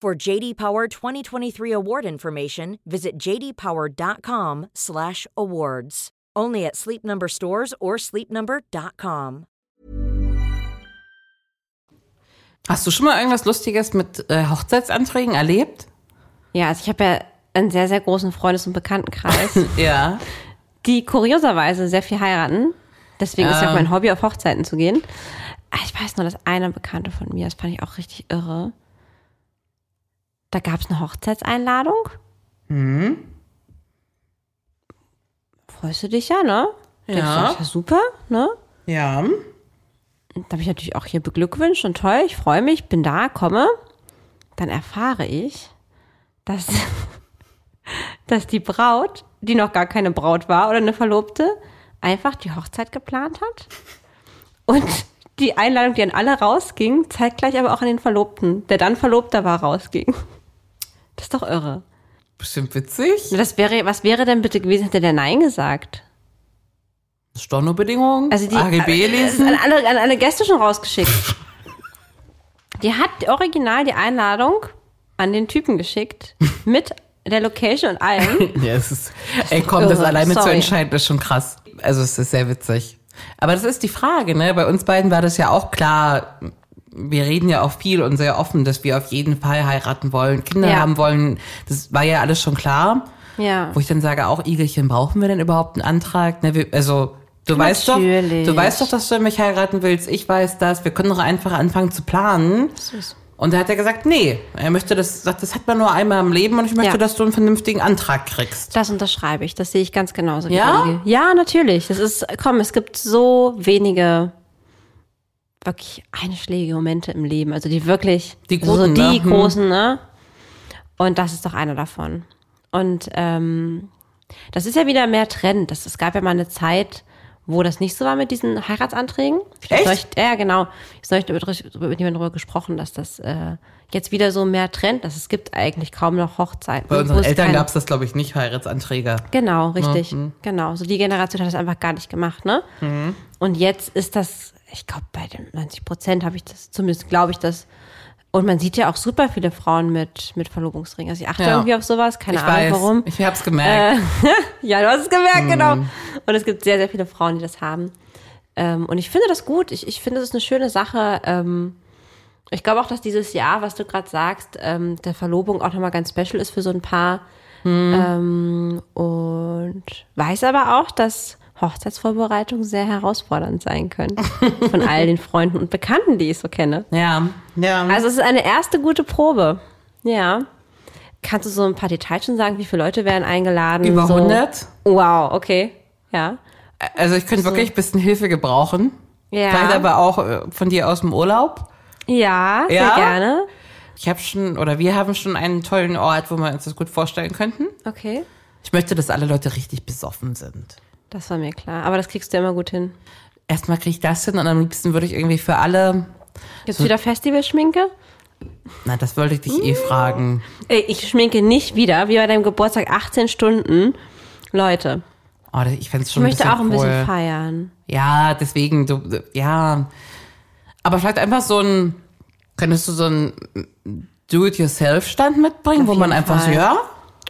Speaker 4: For JD Power 2023 award information, visit jdpower.com/awards. Only at Sleep Number stores or sleepnumber.com.
Speaker 3: Hast du schon mal irgendwas Lustiges mit äh, Hochzeitsanträgen erlebt?
Speaker 2: Ja, also ich habe ja einen sehr, sehr großen Freundes- und Bekanntenkreis,
Speaker 3: Ja.
Speaker 2: die kurioserweise sehr viel heiraten. Deswegen ist ja auch mein Hobby, auf Hochzeiten zu gehen. Ah, Ich weiß nur, dass einer Bekannte von mir, das fand ich auch richtig irre. Da gab es eine Hochzeitseinladung. freust du dich ja, ne? Denkst du,
Speaker 3: Ja.
Speaker 2: das ist ja super, ne?
Speaker 3: Ja.
Speaker 2: Und Da habe ich natürlich auch hier beglückwünscht und toll, ich freue mich, bin da, komme. Dann erfahre ich, dass, dass die Braut, die noch gar keine Braut war oder eine Verlobte, einfach die Hochzeit geplant hat. Und die Einladung, die an alle rausging, zeitgleich aber auch an den Verlobten, der dann Verlobter war, rausging. Das ist doch irre.
Speaker 3: Bestimmt witzig.
Speaker 2: Das wäre, was wäre denn bitte gewesen, hätte der Nein gesagt?
Speaker 3: Stornobedingungen.
Speaker 2: Also die
Speaker 3: AGB
Speaker 2: äh,
Speaker 3: lesen.
Speaker 2: An alle, an alle Gäste schon rausgeschickt. Die hat original die Einladung an den Typen geschickt mit der Location und allem.
Speaker 3: Ja, es ist, ey, komm, das
Speaker 2: irre.
Speaker 3: alleine zu
Speaker 2: Sorry.
Speaker 3: entscheiden ist schon krass. Also es ist sehr witzig. Aber das ist die Frage, ne? Bei uns beiden war das ja auch klar. Wir reden ja auch viel und sehr offen, dass wir auf jeden Fall heiraten wollen, Kinder
Speaker 2: Ja.
Speaker 3: haben wollen. Das war ja alles schon klar.
Speaker 2: Ja.
Speaker 3: Wo ich dann sage, auch Igelchen, brauchen wir denn überhaupt einen Antrag? Ne, wir, also du weißt doch,
Speaker 2: Natürlich.
Speaker 3: du weißt doch, dass du mich heiraten willst. Ich weiß das. Wir können doch einfach anfangen zu planen. Und da hat er gesagt, nee, er möchte das, sagt, das hat man nur einmal im Leben und ich möchte,
Speaker 2: Ja.
Speaker 3: dass du einen vernünftigen Antrag kriegst.
Speaker 2: Das unterschreibe ich, das sehe ich ganz genauso. wie
Speaker 3: Ja?
Speaker 2: Olli. Ja, natürlich. Das ist, komm, es gibt so wenige wirklich einschlägige Momente im Leben. Also die wirklich,
Speaker 3: Die
Speaker 2: also
Speaker 3: guten,
Speaker 2: die
Speaker 3: ne? Hm.
Speaker 2: großen, ne? Und das ist doch einer davon. Und ähm, das ist ja wieder mehr Trend. Das, es gab ja mal eine Zeit, wo das nicht so war mit diesen Heiratsanträgen.
Speaker 3: Echt?
Speaker 2: Neulich, ja, genau. Ich habe neulich mit, mit jemandem darüber gesprochen, dass das äh, jetzt wieder so mehr Trend ist. Es gibt eigentlich kaum noch Hochzeiten.
Speaker 3: Bei
Speaker 2: wo
Speaker 3: unseren
Speaker 2: es
Speaker 3: Eltern
Speaker 2: keine-
Speaker 3: gab es das, glaube ich, nicht, Heiratsanträge.
Speaker 2: Genau, richtig.
Speaker 3: Mhm.
Speaker 2: Genau. So die Generation hat das einfach gar nicht gemacht, ne? Und jetzt ist das, ich glaube, bei den 90 Prozent habe ich das, zumindest glaube ich das. Und man sieht ja auch super viele Frauen mit, mit Verlobungsringen. Also ich achte
Speaker 3: Ja.
Speaker 2: irgendwie auf sowas, keine
Speaker 3: ich
Speaker 2: Ahnung
Speaker 3: weiß,
Speaker 2: warum.
Speaker 3: ich habe es gemerkt.
Speaker 2: Ja, du hast es gemerkt, genau. Und es gibt sehr, sehr viele Frauen, die das haben. Ähm, und ich finde das gut. Ich, ich finde, das ist eine schöne Sache. Ähm, ich glaube auch, dass dieses Jahr, was du gerade sagst, ähm, der Verlobung auch nochmal ganz special ist für so ein Paar. Ähm, und weiß aber auch, dass Hochzeitsvorbereitungen sehr herausfordernd sein können. Von all den Freunden und Bekannten, die ich so kenne.
Speaker 3: ja, ja.
Speaker 2: Äh, Also es ist eine erste gute Probe. Ja. Kannst du so ein paar Details schon sagen, wie viele Leute werden eingeladen?
Speaker 3: Über
Speaker 2: so?
Speaker 3: 100?
Speaker 2: Wow, okay. Ja.
Speaker 3: Also ich könnte wirklich ein bisschen Hilfe gebrauchen.
Speaker 2: Ja.
Speaker 3: Vielleicht aber auch äh, von dir aus dem Urlaub.
Speaker 2: Ja, sehr
Speaker 3: Ja?
Speaker 2: gerne.
Speaker 3: Ich habe schon, oder wir haben schon einen tollen Ort, wo wir uns das gut vorstellen könnten.
Speaker 2: Okay.
Speaker 3: Ich möchte, dass alle Leute richtig besoffen sind.
Speaker 2: Das war mir klar. Aber das kriegst du immer gut hin.
Speaker 3: Erstmal kriege ich das hin und am liebsten würde ich irgendwie für alle,
Speaker 2: Gibt's wieder Festivalschminke?
Speaker 3: na, das wollte ich dich
Speaker 2: Mm.
Speaker 3: eh fragen.
Speaker 2: Ey, Ich schminke nicht wieder, wie bei deinem Geburtstag 18 Stunden. Leute,
Speaker 3: Oh, das- ich fänd's
Speaker 2: ich
Speaker 3: schon
Speaker 2: möchte
Speaker 3: ein bisschen
Speaker 2: auch ein bisschen
Speaker 3: cool.
Speaker 2: feiern.
Speaker 3: Ja, deswegen, du, ja. Aber vielleicht einfach so ein, könntest du so ein Do-it-yourself-Stand mitbringen,
Speaker 2: Auf
Speaker 3: wo man
Speaker 2: jeden
Speaker 3: einfach so,
Speaker 2: Fall.
Speaker 3: ja?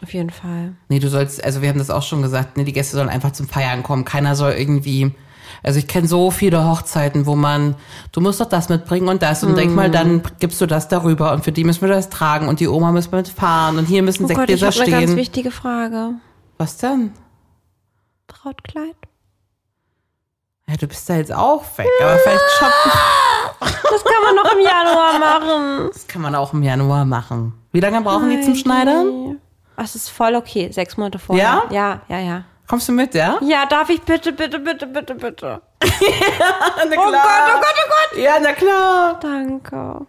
Speaker 2: Auf jeden Fall.
Speaker 3: Nee, du sollst, also wir haben das auch schon gesagt, nee, die Gäste sollen einfach zum Feiern kommen. Keiner soll irgendwie, also ich kenne so viele Hochzeiten, wo man, du musst doch das mitbringen und das und denk mal,
Speaker 2: Hm.
Speaker 3: dann gibst du das darüber und für die müssen wir das tragen und die Oma müssen wir mitfahren und hier müssen
Speaker 2: Oh
Speaker 3: sechs
Speaker 2: Gott, ich
Speaker 3: Gläser
Speaker 2: habe eine ganz
Speaker 3: stehen.
Speaker 2: wichtige Frage.
Speaker 3: Was denn?
Speaker 2: Brautkleid?
Speaker 3: Ja, du bist da jetzt auch weg, aber vielleicht
Speaker 2: Ah.
Speaker 3: shoppen.
Speaker 2: Das kann man noch im Januar machen.
Speaker 3: Das kann man auch im Januar machen. Wie lange brauchen die zum Schneidern?
Speaker 2: Das ist voll okay, sechs Monate vorher.
Speaker 3: Ja?
Speaker 2: Ja, ja, ja.
Speaker 3: Kommst du mit, ja?
Speaker 2: Ja, darf ich bitte, bitte, bitte, bitte, bitte.
Speaker 3: Na klar. Oh Gott, oh Gott, oh Gott. Ja, na klar.
Speaker 2: Danke.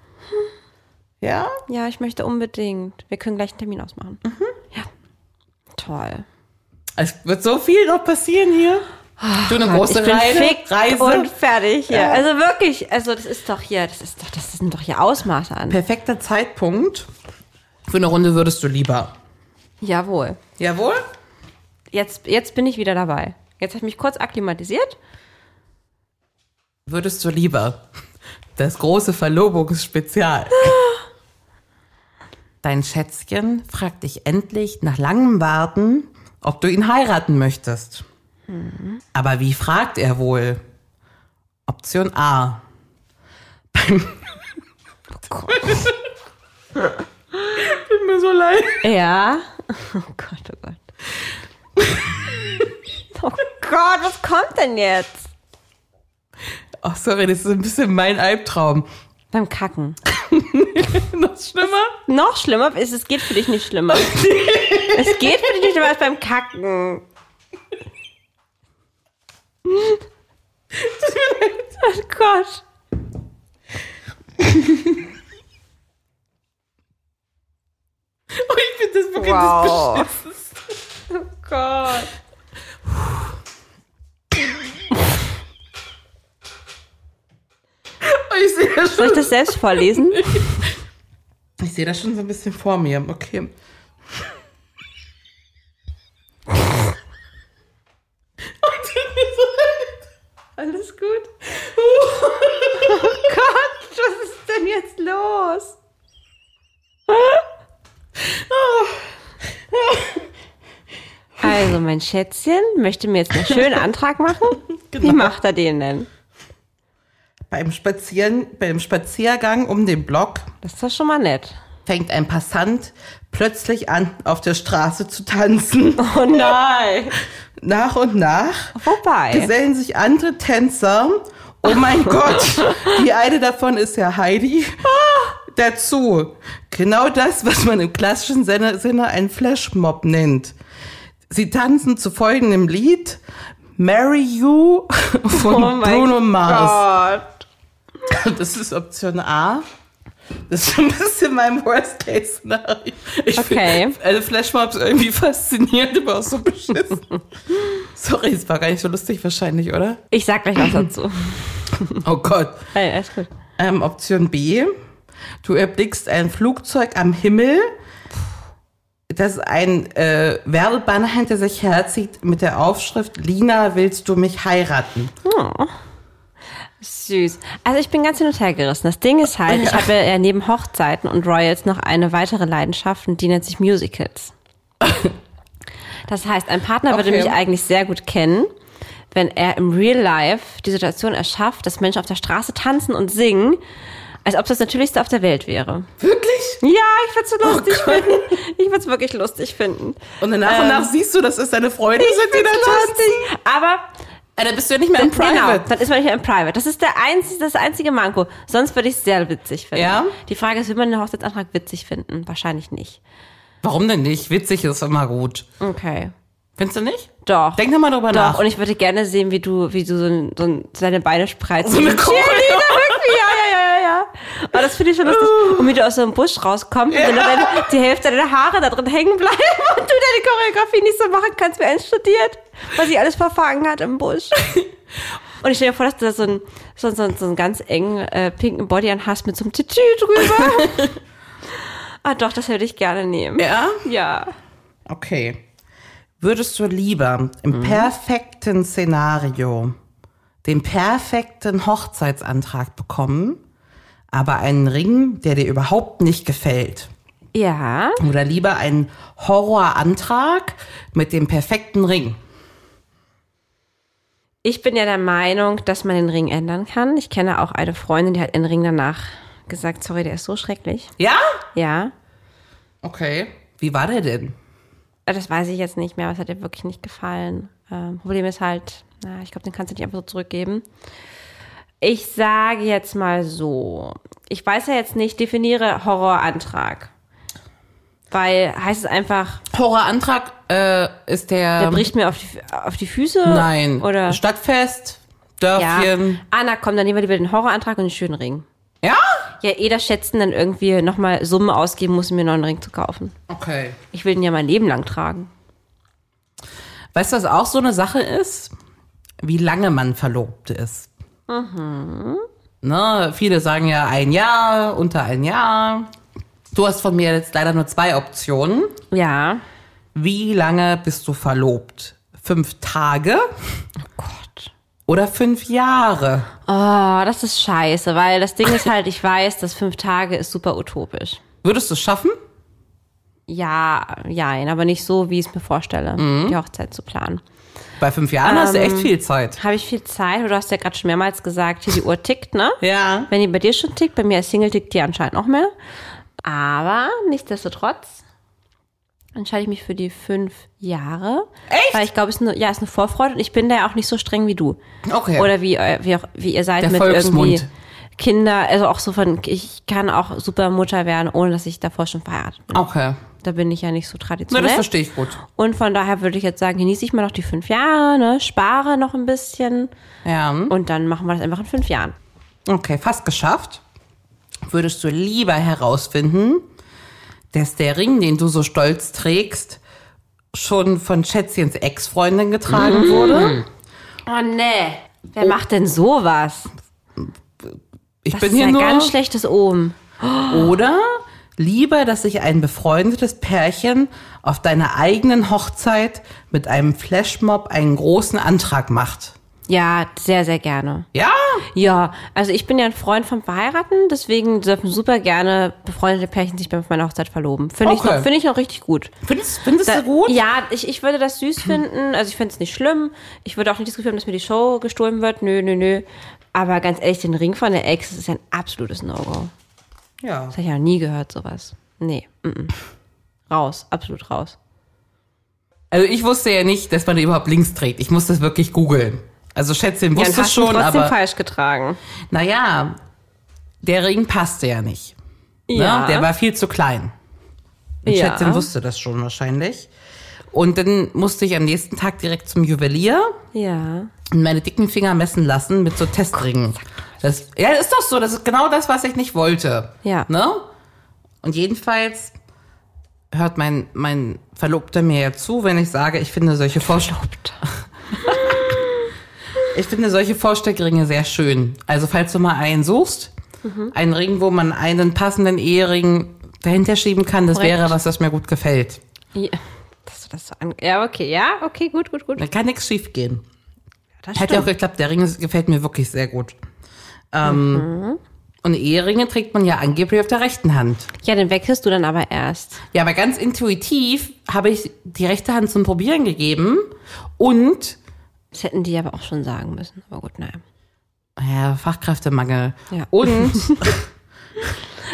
Speaker 3: Ja?
Speaker 2: Ja, ich möchte unbedingt. Wir können gleich einen Termin ausmachen. Ja. Toll.
Speaker 3: Es wird so viel noch passieren hier. Du eine große
Speaker 2: ich bin
Speaker 3: Reise.
Speaker 2: fix
Speaker 3: Reise.
Speaker 2: und fertig hier. Also wirklich, also das ist doch hier, das ist doch, das sind doch hier Ausmaße an.
Speaker 3: Perfekter Zeitpunkt. Für eine Runde würdest du lieber.
Speaker 2: Jawohl.
Speaker 3: Jawohl?
Speaker 2: Jetzt, jetzt bin ich wieder dabei. Jetzt habe ich mich kurz akklimatisiert.
Speaker 3: Würdest du lieber. Das große Verlobungsspezial. Dein Schätzchen fragt dich endlich nach langem Warten, ob du ihn heiraten möchtest. Aber wie fragt er wohl? Option A. Oh Tut mir so leid.
Speaker 2: Ja. Oh Gott, oh Gott. Oh Gott, was kommt denn jetzt?
Speaker 3: Ach, Oh, sorry, das ist ein bisschen mein Albtraum.
Speaker 2: Beim Kacken.
Speaker 3: Noch schlimmer?
Speaker 2: Noch schlimmer ist, es geht für dich nicht schlimmer. es geht für dich nicht schlimmer als beim Kacken. Oh Gott.
Speaker 3: Oh, ich bin das wirklich
Speaker 2: Wow. Oh Gott.
Speaker 3: das, Oh, ich sehe das,
Speaker 2: Soll ich
Speaker 3: schon-
Speaker 2: das selbst vorlesen?
Speaker 3: ich sehe das schon so ein bisschen vor mir. Okay. Oh,
Speaker 2: Alles gut. Oh Gott, was ist denn jetzt los? Also, mein Schätzchen möchte mir jetzt einen schönen Antrag machen. Wie macht er den denn?
Speaker 3: Beim, Spazieren, beim Spaziergang um den Block
Speaker 2: Das ist doch schon mal nett.
Speaker 3: fängt ein Passant plötzlich an, auf der Straße zu tanzen.
Speaker 2: Oh nein.
Speaker 3: Nach und nach
Speaker 2: Wobei.
Speaker 3: gesellen sich andere Tänzer. Oh mein Gott, die eine davon ist ja Heidi.
Speaker 2: Ah.
Speaker 3: Dazu. Genau das, was man im klassischen Sinne Sinne einen Flashmob nennt. Sie tanzen zu folgendem Lied Marry You von
Speaker 2: Oh mein
Speaker 3: Bruno Mars.
Speaker 2: Gott.
Speaker 3: Das ist Option A. Das ist schon ein bisschen mein Worst-Case-Szenario. Ich
Speaker 2: Okay.
Speaker 3: Find, also Flashmobs irgendwie faszinierend, aber auch so beschissen. Sorry, es war gar nicht so lustig wahrscheinlich, oder?
Speaker 2: Ich sag gleich was dazu.
Speaker 3: Oh Gott.
Speaker 2: Hey, alles gut.
Speaker 3: Ähm, Option B. Du erblickst ein Flugzeug am Himmel, das ein äh, Werbebanner hinter sich herzieht mit der Aufschrift Lina, willst du mich heiraten?
Speaker 2: Süß. Also ich bin ganz hin und her gerissen. Das Ding ist halt, ich habe ja neben Hochzeiten und Royals noch eine weitere Leidenschaft und die nennt sich Musicals. Das heißt, ein Partner würde
Speaker 3: Okay.
Speaker 2: mich eigentlich sehr gut kennen, wenn er im Real Life die Situation erschafft, dass Menschen auf der Straße tanzen und singen, als ob das Natürlichste auf der Welt wäre. Oh
Speaker 3: Wirklich?
Speaker 2: Ja, ich würde es so lustig finden. Ich würde es wirklich lustig finden.
Speaker 3: Und dann nach und nach siehst du, das ist deine Freundin, sind die da
Speaker 2: find's
Speaker 3: tanzen.
Speaker 2: lustig, aber
Speaker 3: Ah, Dann bist du ja nicht mehr im
Speaker 2: Genau,
Speaker 3: Private.
Speaker 2: dann ist man nicht mehr im Private. Das ist der einzige, das einzige Manko. Sonst würde ich es sehr witzig finden.
Speaker 3: Ja?
Speaker 2: Die Frage ist, will man den Hochzeitsantrag witzig finden? Wahrscheinlich nicht.
Speaker 3: Warum denn nicht? Witzig ist immer gut.
Speaker 2: Okay.
Speaker 3: Findest du nicht?
Speaker 2: Doch.
Speaker 3: Denk doch mal drüber
Speaker 2: Doch,
Speaker 3: nach.
Speaker 2: und ich würde gerne sehen, wie du, wie du so, ein, so, ein, so deine Beine spreizt.
Speaker 3: So eine Choreo.
Speaker 2: Irgendwie, ja, ja, ja, ja, ja. Aber das finde ich schon lustig.
Speaker 3: Uh.
Speaker 2: Und wie du aus so einem Busch rauskommst und dann deine, die Hälfte deiner Haare da drin hängen bleiben und du deine Choreografie nicht so machen kannst, wie eins studiert, weil sie alles verfangen hat im Busch. Und ich stelle mir vor, dass du da so einen, so, so, so einen ganz engen äh, pinken Body an hast mit so einem Tütü drüber. ah, doch, das würde ich gerne nehmen.
Speaker 3: Ja?
Speaker 2: Ja.
Speaker 3: Okay. Würdest du lieber im perfekten Szenario den perfekten Hochzeitsantrag bekommen, aber einen Ring, der dir überhaupt nicht gefällt?
Speaker 2: Ja.
Speaker 3: Oder lieber einen Horrorantrag mit dem perfekten Ring?
Speaker 2: Ich bin ja der Meinung, dass man den Ring ändern kann. Ich kenne auch eine Freundin, die hat ihren Ring danach gesagt, sorry, der ist so schrecklich.
Speaker 3: Ja?
Speaker 2: Ja,
Speaker 3: Okay. Wie war der denn?
Speaker 2: Äh, das weiß ich jetzt nicht mehr, was hat ihr wirklich nicht gefallen. Ähm, Problem ist halt, na, ich glaube, den kannst du nicht einfach so zurückgeben. Ich sage jetzt mal so, ich weiß ja jetzt nicht, definiere Horrorantrag. Weil heißt es einfach,
Speaker 3: Horrorantrag äh, ist der.
Speaker 2: der bricht mir auf die, auf die Füße?
Speaker 3: Nein.
Speaker 2: Oder?
Speaker 3: Stadtfest,
Speaker 2: Ja.
Speaker 3: Dörfchen.
Speaker 2: Ah, na komm, dann nehmen wir lieber den Horrorantrag und den schönen Ring.
Speaker 3: Ja?
Speaker 2: Ja, eh das Schätzen dann irgendwie nochmal Summe ausgeben muss, um mir einen neuen Ring zu kaufen.
Speaker 3: Okay.
Speaker 2: Ich will den ja mein Leben lang tragen.
Speaker 3: Weißt du, was auch so eine Sache ist? Wie lange man verlobt ist.
Speaker 2: Mhm.
Speaker 3: Ne, viele sagen ja ein Jahr, unter ein Jahr. Du hast von mir jetzt leider nur zwei Optionen.
Speaker 2: Ja.
Speaker 3: Wie lange bist du verlobt? Fünf Tage
Speaker 2: Oh Gott.
Speaker 3: oder fünf Jahre?
Speaker 2: Oh, das ist scheiße, weil das Ding ist halt, ich weiß, dass fünf Tage ist super utopisch.
Speaker 3: Würdest du es schaffen?
Speaker 2: Ja, jein, aber nicht so, wie ich es mir vorstelle, die Hochzeit zu planen.
Speaker 3: Bei fünf Jahren hast du
Speaker 2: Ähm.
Speaker 3: echt viel Zeit.
Speaker 2: Habe ich viel Zeit? Du hast ja gerade schon mehrmals gesagt, hier die Uhr tickt, ne?
Speaker 3: Ja.
Speaker 2: Wenn die bei dir schon tickt, bei mir als Single tickt die anscheinend noch mehr. Aber nichtsdestotrotz entscheide ich mich für die fünf Jahre.
Speaker 3: Echt?
Speaker 2: Weil ich glaube, es ist eine, ja, es ist eine Vorfreude und ich bin da ja auch nicht so streng wie du.
Speaker 3: Okay.
Speaker 2: Oder wie, eu- wie, auch, wie ihr seid
Speaker 3: Der
Speaker 2: mit
Speaker 3: Volksmund.
Speaker 2: irgendwie Kinder, also auch so von, ich kann auch super Mutter werden, ohne dass ich davor schon verheiratet bin.
Speaker 3: Okay.
Speaker 2: Da bin ich ja nicht so
Speaker 3: Na,
Speaker 2: traditionell.
Speaker 3: das verstehe ich gut.
Speaker 2: Und von daher würde ich jetzt sagen, genieße ich mal noch die fünf Jahre, ne? spare noch ein bisschen
Speaker 3: Ja.
Speaker 2: und dann machen wir das einfach in fünf Jahren.
Speaker 3: Okay, fast geschafft. Würdest du lieber herausfinden, dass der Ring, den du so stolz trägst, schon von Schätzchens Ex-Freundin
Speaker 2: Mm.
Speaker 3: getragen wurde?
Speaker 2: Oh nee, wer macht denn sowas?
Speaker 3: Ich
Speaker 2: Das
Speaker 3: bin
Speaker 2: ist
Speaker 3: hier
Speaker 2: ein
Speaker 3: nur.
Speaker 2: ganz schlechtes Omen.
Speaker 3: Oder lieber, dass sich ein befreundetes Pärchen auf deiner eigenen Hochzeit mit einem Flashmob einen großen Antrag macht.
Speaker 2: Ja, sehr, sehr gerne.
Speaker 3: Ja?
Speaker 2: Ja, also ich bin ja ein Freund vom Verheiraten, deswegen dürfen super gerne befreundete Pärchen sich bei meiner Hochzeit verloben. Finde ich,
Speaker 3: Okay.
Speaker 2: noch- finde ich noch richtig gut.
Speaker 3: Findest, findest
Speaker 2: Da-
Speaker 3: du gut?
Speaker 2: Ja, ich, ich würde das süß finden. Also ich finde es nicht schlimm. Ich würde auch nicht das Gefühl haben, dass mir die Show gestohlen wird. Nö, nö, nö. Aber ganz ehrlich, den Ring von der Ex das ist ja ein absolutes No-Go.
Speaker 3: Ja.
Speaker 2: Das habe ich ja noch nie gehört, sowas. Nee. Mm -mm. Raus, absolut raus.
Speaker 3: Also ich wusste ja nicht, dass man die überhaupt links trägt. Ich musste es wirklich googeln. Also Schätzchen
Speaker 2: Ja,
Speaker 3: wusste
Speaker 2: dann
Speaker 3: es
Speaker 2: hast du
Speaker 3: schon,
Speaker 2: trotzdem
Speaker 3: aber
Speaker 2: falsch getragen.
Speaker 3: naja, der Ring passte ja nicht.
Speaker 2: Ja.
Speaker 3: Ne? Der war viel zu klein. Und
Speaker 2: Ja.
Speaker 3: Schätzchen wusste das schon wahrscheinlich. Und dann musste ich am nächsten Tag direkt zum Juwelier
Speaker 2: Ja.
Speaker 3: und meine dicken Finger messen lassen mit so
Speaker 2: Oh
Speaker 3: Testringen. Das, ja, ist doch so. Das ist genau das, was ich nicht wollte.
Speaker 2: Ja.
Speaker 3: Ne? Und jedenfalls hört mein, mein Verlobter mir ja zu, wenn ich sage, ich finde solche Vorstellungen. ich finde solche Vorsteckringe sehr schön. Also, falls du mal einen suchst,
Speaker 2: Mhm.
Speaker 3: einen Ring, wo man einen passenden Ehering dahinter schieben kann, das
Speaker 2: Korrekt.
Speaker 3: wäre was, das mir gut gefällt.
Speaker 2: ja. Dass du das so an ja, okay, ja, okay, gut, gut, gut.
Speaker 3: Da kann nichts schief gehen.
Speaker 2: Das
Speaker 3: Hat ja auch geklappt. Der Ring ist, gefällt mir wirklich sehr gut. Ähm, Und Eheringe trägt man ja angeblich auf der rechten Hand.
Speaker 2: Ja, den wechselst du dann aber erst.
Speaker 3: Ja, aber ganz intuitiv habe ich die rechte Hand zum Probieren gegeben und
Speaker 2: Das hätten die aber auch schon sagen müssen. Aber gut, naja.
Speaker 3: ja, Fachkräftemangel.
Speaker 2: Ja.
Speaker 3: Und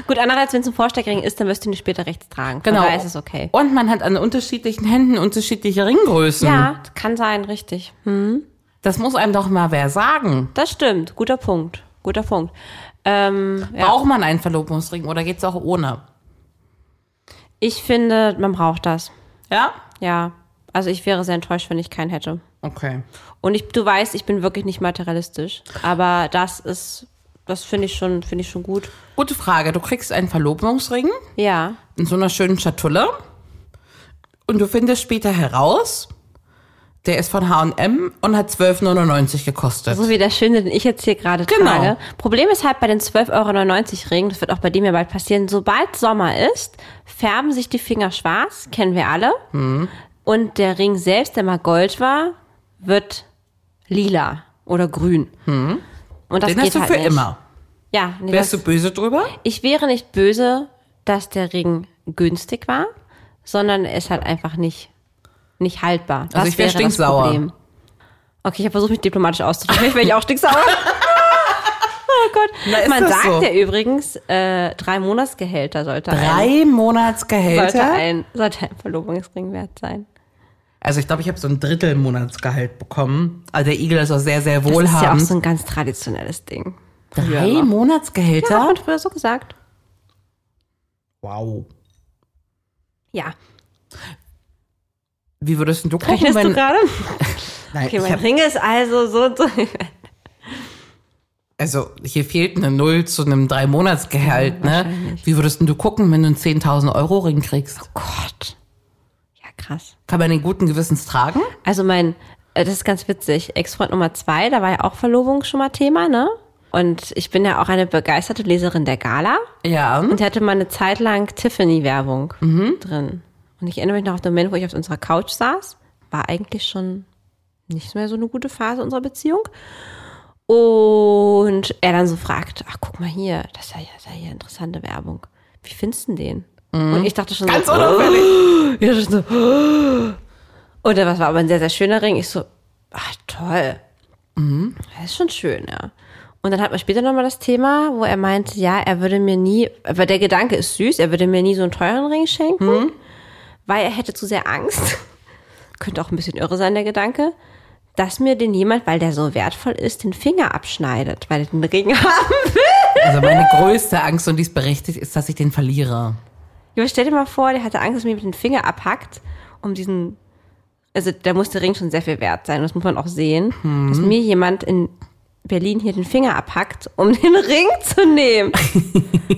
Speaker 2: Gut, andererseits, wenn es ein Vorsteckring ist, dann wirst du ihn später rechts tragen. Von
Speaker 3: genau.
Speaker 2: daher ist es okay.
Speaker 3: Und man hat an unterschiedlichen Händen unterschiedliche Ringgrößen.
Speaker 2: Ja, kann sein, richtig. Hm.
Speaker 3: Das muss einem doch mal wer sagen.
Speaker 2: Das stimmt. Guter Punkt. Guter Punkt. Ähm, ja.
Speaker 3: Braucht man einen Verlobungsring oder geht's auch ohne?
Speaker 2: Ich finde, man braucht das.
Speaker 3: Ja?
Speaker 2: Ja. Also ich wäre sehr enttäuscht, wenn ich keinen hätte.
Speaker 3: Okay.
Speaker 2: Und ich, du weißt, ich bin wirklich nicht materialistisch. Aber das ist, das finde ich schon, finde ich schon gut.
Speaker 3: Gute Frage. Du kriegst einen Verlobungsring
Speaker 2: Ja.
Speaker 3: in so einer schönen Schatulle. Und du findest später heraus, der ist von HM und hat 12,99 gekostet.
Speaker 2: So wie der schöne, den ich jetzt hier gerade
Speaker 3: Genau.
Speaker 2: trage. Problem ist halt bei den 12,99 Euro Ringen, das wird auch bei dem ja bald passieren, sobald Sommer ist, färben sich die Finger schwarz, kennen wir alle.
Speaker 3: Mhm.
Speaker 2: Und der Ring selbst, der mal Gold war, wird lila oder grün. Und das
Speaker 3: Mhm. Den
Speaker 2: geht
Speaker 3: hast du
Speaker 2: halt
Speaker 3: für
Speaker 2: nicht.
Speaker 3: immer.
Speaker 2: Ja, nee,
Speaker 3: Wärst du
Speaker 2: das,
Speaker 3: böse drüber?
Speaker 2: ich wäre nicht böse, dass der Ring günstig war, sondern er ist halt einfach nicht, nicht haltbar. Das
Speaker 3: Also ich wär
Speaker 2: wäre das
Speaker 3: stinksauer.
Speaker 2: Problem. Okay, ich habe versucht, mich diplomatisch auszudrücken. Vielleicht wäre ich auch stinksauer. oh Gott.
Speaker 3: Na, ist
Speaker 2: Man
Speaker 3: das
Speaker 2: sagt
Speaker 3: so?
Speaker 2: ja übrigens, äh, drei Monatsgehälter sollte ein,
Speaker 3: Drei
Speaker 2: sollte
Speaker 3: Monatsgehälter?
Speaker 2: ein, sollte ein Verlobungsring wert sein.
Speaker 3: Also ich glaube, ich habe so ein Drittel Monatsgehalt bekommen. Also der Igel ist auch sehr, sehr
Speaker 2: Das ist ja auch
Speaker 3: wohlhabend.
Speaker 2: so ein ganz traditionelles Ding.
Speaker 3: Drei Monatsgehälter?
Speaker 2: Ja, hat man früher so gesagt.
Speaker 3: Wow.
Speaker 2: Ja.
Speaker 3: Wie würdest denn du gucken,
Speaker 2: Rechnest
Speaker 3: wenn...
Speaker 2: du gerade?
Speaker 3: Nein,
Speaker 2: Okay,
Speaker 3: ich
Speaker 2: mein
Speaker 3: hab,
Speaker 2: Ring ist also so und so.
Speaker 3: also hier fehlt eine Null zu einem drei Monatsgehalt, ne? Wie würdest denn du gucken, wenn du einen 10.000 Euro Ring kriegst?
Speaker 2: Gott. Ja, krass.
Speaker 3: Kann man den guten Gewissens tragen?
Speaker 2: Also mein, äh, das ist ganz witzig, Ex-Freund Nummer zwei, da war ja auch Verlobung schon mal Thema, ne? Und ich bin ja auch eine begeisterte Leserin der Gala
Speaker 3: Ja.
Speaker 2: und die hatte mal eine Zeit lang Tiffany-Werbung
Speaker 3: Mhm.
Speaker 2: drin. Und ich erinnere mich noch auf den Moment, wo ich auf unserer Couch saß, war eigentlich schon nicht mehr so eine gute Phase unserer Beziehung. Und er dann so fragt, ach guck mal hier, das ist ja, das ist ja hier interessante Werbung. Wie findest du denn den? Und ich dachte schon
Speaker 3: Mhm. Ganz
Speaker 2: so, oh.
Speaker 3: unauffällig.
Speaker 2: ja, das ist so. oh. Und das war aber ein sehr, sehr schöner Ring. Ich so, ach toll. Das ist schon schön, ja. Und dann hatten wir später nochmal das Thema, wo er meinte, ja, er würde mir nie, aber der Gedanke ist süß, er würde mir nie so einen teuren Ring schenken, weil er hätte zu sehr Angst. Könnte auch ein bisschen irre sein, der Gedanke, dass mir den jemand, weil der so wertvoll ist, den Finger abschneidet, weil er den Ring haben will.
Speaker 3: Also meine größte Angst, und die ist berechtigt, ist, dass ich den verliere.
Speaker 2: Jo, stell dir mal vor, der hatte Angst, dass mir mit den Finger abhackt, um diesen. Also da muss der Ring schon sehr viel wert sein, das muss man auch sehen. Dass
Speaker 3: Mhm.
Speaker 2: mir jemand in Berlin hier den Finger abhackt, um den Ring zu nehmen.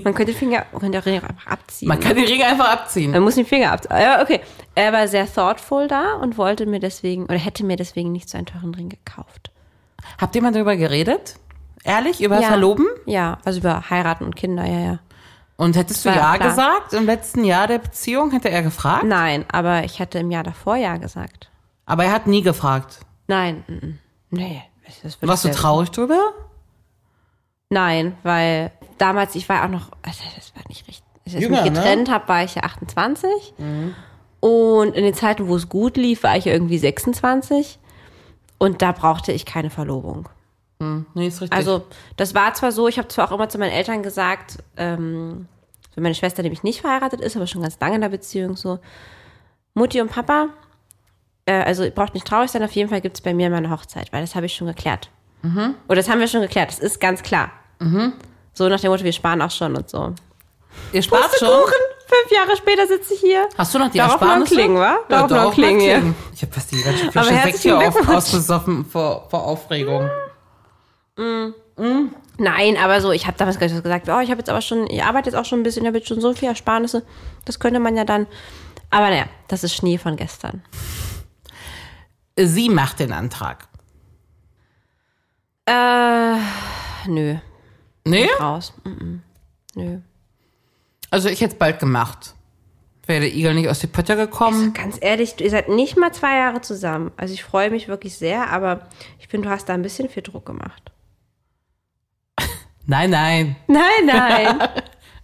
Speaker 2: man könnte den Finger, man könnte den Ring einfach abziehen.
Speaker 3: Man kann die Ringe einfach abziehen.
Speaker 2: Man muss den Finger abziehen. Ja, okay. Er war sehr thoughtful da und wollte mir deswegen, oder hätte mir deswegen nicht so einen teuren Ring gekauft.
Speaker 3: Habt ihr mal darüber geredet? Ehrlich? Über
Speaker 2: Ja.
Speaker 3: Verloben?
Speaker 2: Ja, also über Heiraten und Kinder, ja, ja.
Speaker 3: Und hättest du
Speaker 2: War
Speaker 3: Ja
Speaker 2: klar.
Speaker 3: gesagt im letzten Jahr der Beziehung? Hätte er gefragt?
Speaker 2: Nein, aber ich hatte im Jahr davor ja gesagt.
Speaker 3: Aber er hat nie gefragt.
Speaker 2: Nein, mhm. nee. Das wird
Speaker 3: Warst du
Speaker 2: sehr-
Speaker 3: traurig drüber?
Speaker 2: Nein, weil damals, ich war auch noch, also das war nicht richtig. Als ich
Speaker 3: Jünger,
Speaker 2: mich
Speaker 3: ne? Mhm.
Speaker 2: getrennt habe, war ich ja 28. Und in den Zeiten, wo es gut lief, war ich ja irgendwie 26. Und da brauchte ich keine Verlobung.
Speaker 3: Nee, ist richtig.
Speaker 2: Also, das war zwar so, ich habe zwar auch immer zu meinen Eltern gesagt, ähm, für meine Schwester, die mich nicht verheiratet ist, aber schon ganz lange in der Beziehung, so, Mutti und Papa, äh, also ihr braucht nicht traurig sein, auf jeden Fall gibt es bei mir meine Hochzeit, weil das habe ich schon geklärt.
Speaker 3: Mhm.
Speaker 2: Oder das haben wir schon geklärt, das ist ganz klar. So nach dem Motto, wir sparen auch schon und so.
Speaker 3: ihr spart schon.
Speaker 2: Pustekuchen, fünf Jahre später sitze ich hier.
Speaker 3: Hast du noch die
Speaker 2: Darauf noch ein
Speaker 3: Ersparnisse?
Speaker 2: Klingen, wa? Darauf noch ein
Speaker 3: mal
Speaker 2: Klingen, ja.
Speaker 3: Ich habe fast die ganze
Speaker 2: Aber
Speaker 3: Flasche Sekt
Speaker 2: herzlichen
Speaker 3: hier auf,
Speaker 2: Glückwunsch.
Speaker 3: ausgesoffen vor, vor Aufregung.
Speaker 2: Nein, aber so, ich habe damals gar nicht so gesagt, oh, ich habe jetzt aber schon, ich arbeite jetzt auch schon ein bisschen, ich habe jetzt schon so viel Ersparnisse, das könnte man ja dann. Aber naja, das ist Schnee von gestern.
Speaker 3: Sie macht den Antrag.
Speaker 2: Äh, nö,
Speaker 3: Nee?
Speaker 2: raus. Mhm. Nö.
Speaker 3: Also ich hätte es bald gemacht. Wäre der Igel nicht aus die Pötter gekommen.
Speaker 2: Ganz ehrlich, du- ihr seid nicht mal zwei Jahre zusammen. Also ich freue mich wirklich sehr, aber ich finde, du hast da ein bisschen viel Druck gemacht.
Speaker 3: Nein, nein.
Speaker 2: Nein, nein.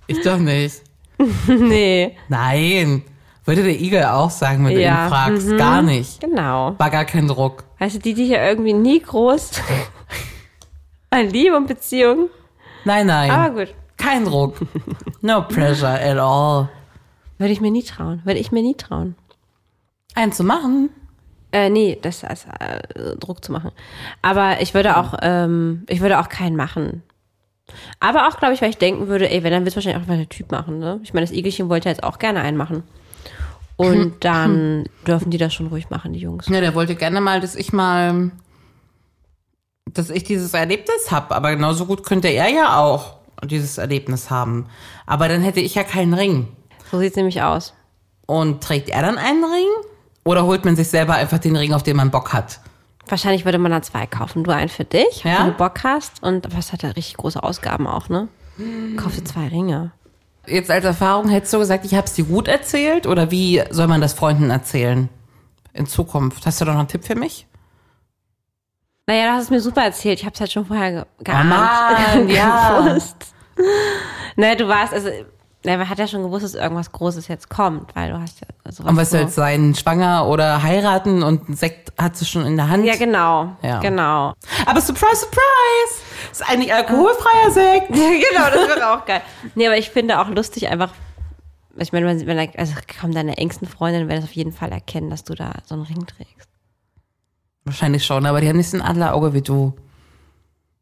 Speaker 3: Ich doch nicht.
Speaker 2: nee.
Speaker 3: Nein. Würde der Igel auch sagen, wenn du
Speaker 2: Ja, mhm.
Speaker 3: ihn fragst. Gar nicht.
Speaker 2: Genau.
Speaker 3: War gar kein Druck.
Speaker 2: Weißt du, die, die hier irgendwie nie groß an Liebe und Beziehung.
Speaker 3: Nein, nein.
Speaker 2: Aber gut.
Speaker 3: Kein Druck. No pressure at all.
Speaker 2: Würde ich mir nie trauen. Würde ich mir nie trauen.
Speaker 3: Einen zu machen?
Speaker 2: Äh, nee, das ist äh, Druck zu machen. Aber ich würde auch, ähm, ich würde auch keinen machen. Aber auch, glaube ich, weil ich denken würde, ey, wenn, dann wird es wahrscheinlich auch mal der Typ machen, ne? Ich meine, das Igelchen wollte jetzt auch gerne einen machen. Und dann dürfen die das schon ruhig machen, die Jungs.
Speaker 3: Ja, der wollte gerne mal, dass ich mal, dass ich dieses Erlebnis habe. Aber genauso gut könnte er ja auch dieses Erlebnis haben. Aber dann hätte ich ja keinen Ring.
Speaker 2: So sieht's nämlich aus.
Speaker 3: Und trägt er dann einen Ring? Oder holt man sich selber einfach den Ring, auf den man Bock hat?
Speaker 2: Wahrscheinlich würde man dann zwei kaufen. Du einen für dich,
Speaker 3: Ja.
Speaker 2: wenn du Bock hast. Und was hat er richtig große Ausgaben auch, ne? Kauf dir zwei Ringe.
Speaker 3: Jetzt als Erfahrung hättest du gesagt, ich hab's dir gut erzählt? Oder wie soll man das Freunden erzählen? In Zukunft. Hast du da noch einen Tipp für mich?
Speaker 2: Naja, du hast es mir super erzählt. Ich habe es halt schon vorher ge geahnt.
Speaker 3: Oh Mann, ja.
Speaker 2: gewusst. Naja, du warst, also, naja, man hat ja schon gewusst, dass irgendwas Großes jetzt kommt, weil du hast ja sowas.
Speaker 3: Und was
Speaker 2: so-
Speaker 3: soll jetzt sein? Schwanger oder heiraten und einen Sekt hat sie schon in der Hand?
Speaker 2: Ja, genau.
Speaker 3: Ja.
Speaker 2: Genau.
Speaker 3: Aber surprise, surprise! Ist eigentlich alkoholfreier Sekt.
Speaker 2: genau, das wird auch geil. Nee, aber ich finde auch lustig einfach, ich meine, wenn, wenn also kommen deine engsten Freundinnen, werden es auf jeden Fall erkennen, dass du da so einen Ring trägst.
Speaker 3: Wahrscheinlich schon, aber die haben nicht so ein Adlerauge wie du.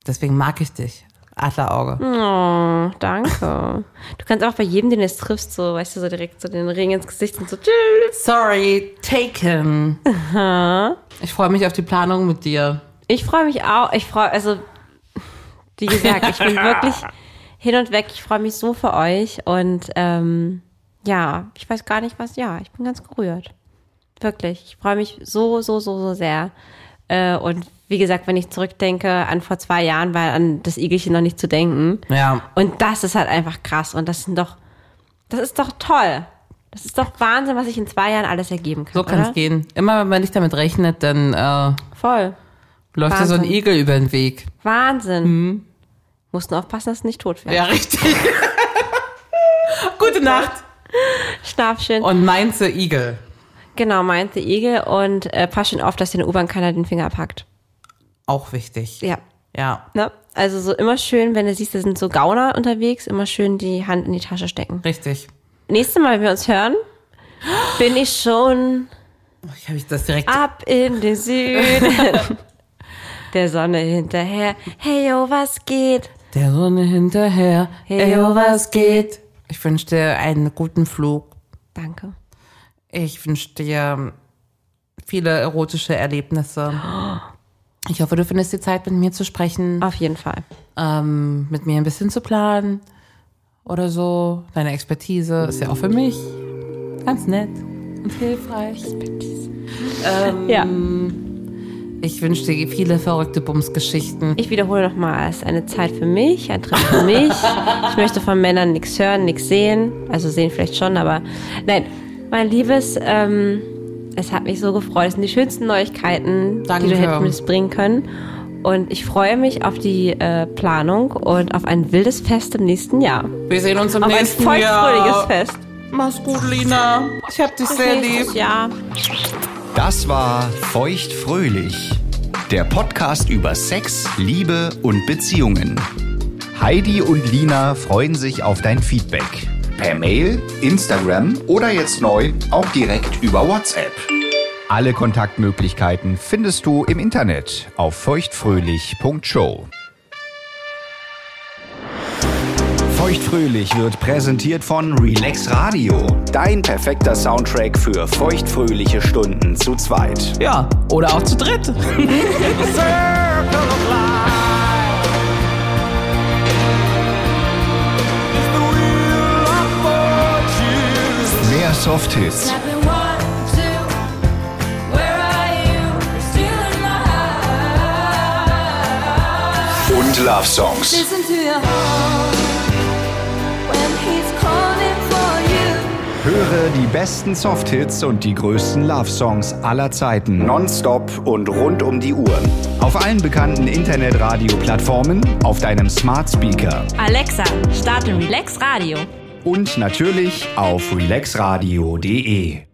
Speaker 3: Deswegen mag ich dich. Adlerauge.
Speaker 2: Oh, danke. du kannst auch bei jedem, den du jetzt triffst, so, weißt du, so direkt so den Ring ins Gesicht und so, tschüss.
Speaker 3: Sorry, taken. Ich freue mich auf die Planung mit dir.
Speaker 2: Ich freue mich auch. Ich freue, also, wie gesagt, ich bin wirklich hin und weg. Ich freue mich so für euch. Und ähm, ja, ich weiß gar nicht, was. Ja, ich bin ganz gerührt. Wirklich. Ich freue mich so, so, so, so sehr. Äh, und wie gesagt, wenn ich zurückdenke an vor zwei Jahren, war an das Igelchen noch nicht zu denken.
Speaker 3: Ja.
Speaker 2: Und das ist halt einfach krass. Und das sind doch, das ist doch toll. Das ist doch Wahnsinn, was ich in zwei Jahren alles ergeben kann.
Speaker 3: So kann es
Speaker 2: oder?
Speaker 3: gehen. Immer wenn man nicht damit rechnet, dann äh,
Speaker 2: Voll.
Speaker 3: läuft dir so ein
Speaker 2: Wahnsinn.
Speaker 3: Igel über den Weg.
Speaker 2: Wahnsinn. Mussten aufpassen, dass du nicht tot wirst.
Speaker 3: Ja, richtig. Gute Nacht.
Speaker 2: Schlaf schön.
Speaker 3: Und meinst du Igel?
Speaker 2: genau, meinte Igel. Und äh, pass schön auf, dass dir in der U-Bahn keiner den Finger packt.
Speaker 3: Auch wichtig.
Speaker 2: Ja.
Speaker 3: Ja,
Speaker 2: Ne? Also so immer schön, wenn du siehst, da sind so Gauner unterwegs, immer schön die Hand in die Tasche stecken.
Speaker 3: richtig.
Speaker 2: Nächstes Mal, wenn wir uns hören, bin ich schon
Speaker 3: Ich habe ich das direkt.
Speaker 2: ab in den Süden. der Sonne hinterher. Hey, yo, was geht?
Speaker 3: Der Sonne hinterher. oh,
Speaker 2: Hey, yo, was
Speaker 3: geht? Ich wünsche dir einen guten Flug.
Speaker 2: Danke.
Speaker 3: Ich wünsche dir viele erotische Erlebnisse. Ich hoffe, du findest die Zeit, mit mir zu sprechen,
Speaker 2: Auf jeden Fall.
Speaker 3: ähm, mit mir ein bisschen zu planen oder so. Deine Expertise ist ja auch für mich ganz nett und hilfreich.
Speaker 2: Ja.
Speaker 3: Ich wünsche dir viele verrückte Bumsgeschichten.
Speaker 2: Ich wiederhole nochmal, es ist eine Zeit für mich, ein Trip für mich. Ich möchte von Männern nichts hören, nichts sehen. Also sehen vielleicht schon, aber nein. Mein Liebes, ähm, es hat mich so gefreut. Es sind die schönsten Neuigkeiten, die
Speaker 3: Danke.
Speaker 2: du hättest mir bringen können. Und ich freue mich auf die äh, Planung und auf ein wildes Fest im nächsten Jahr.
Speaker 3: Wir sehen uns im
Speaker 2: Auf ein
Speaker 3: nächsten Jahr.
Speaker 2: feuchtfröhliches Fest.
Speaker 3: Mach's gut, Lina. Ich hab dich sehr lieb.
Speaker 2: Nächstes Jahr.
Speaker 1: Das war Feuchtfröhlich, der Podcast über Sex, Liebe und Beziehungen. Heidi und Lina freuen sich auf dein Feedback. Per Mail, Instagram oder jetzt neu auch direkt über WhatsApp. Alle Kontaktmöglichkeiten findest du im Internet auf feuchtfröhlich.show. Feuchtfröhlich wird präsentiert von Relax Radio. Dein perfekter Soundtrack für feuchtfröhliche Stunden zu zweit.
Speaker 3: Ja, oder auch zu dritt.
Speaker 1: Mehr Softhits und Love Songs.
Speaker 7: Listen to your heart when he's calling for you.
Speaker 1: Höre die besten Softhits und die größten Love Songs aller Zeiten. Nonstop und rund um die Uhr. Auf allen bekannten Internetradio-Plattformen, auf deinem Smart Speaker
Speaker 2: Alexa, starte Relax Radio.
Speaker 1: und natürlich auf relaxradio.de.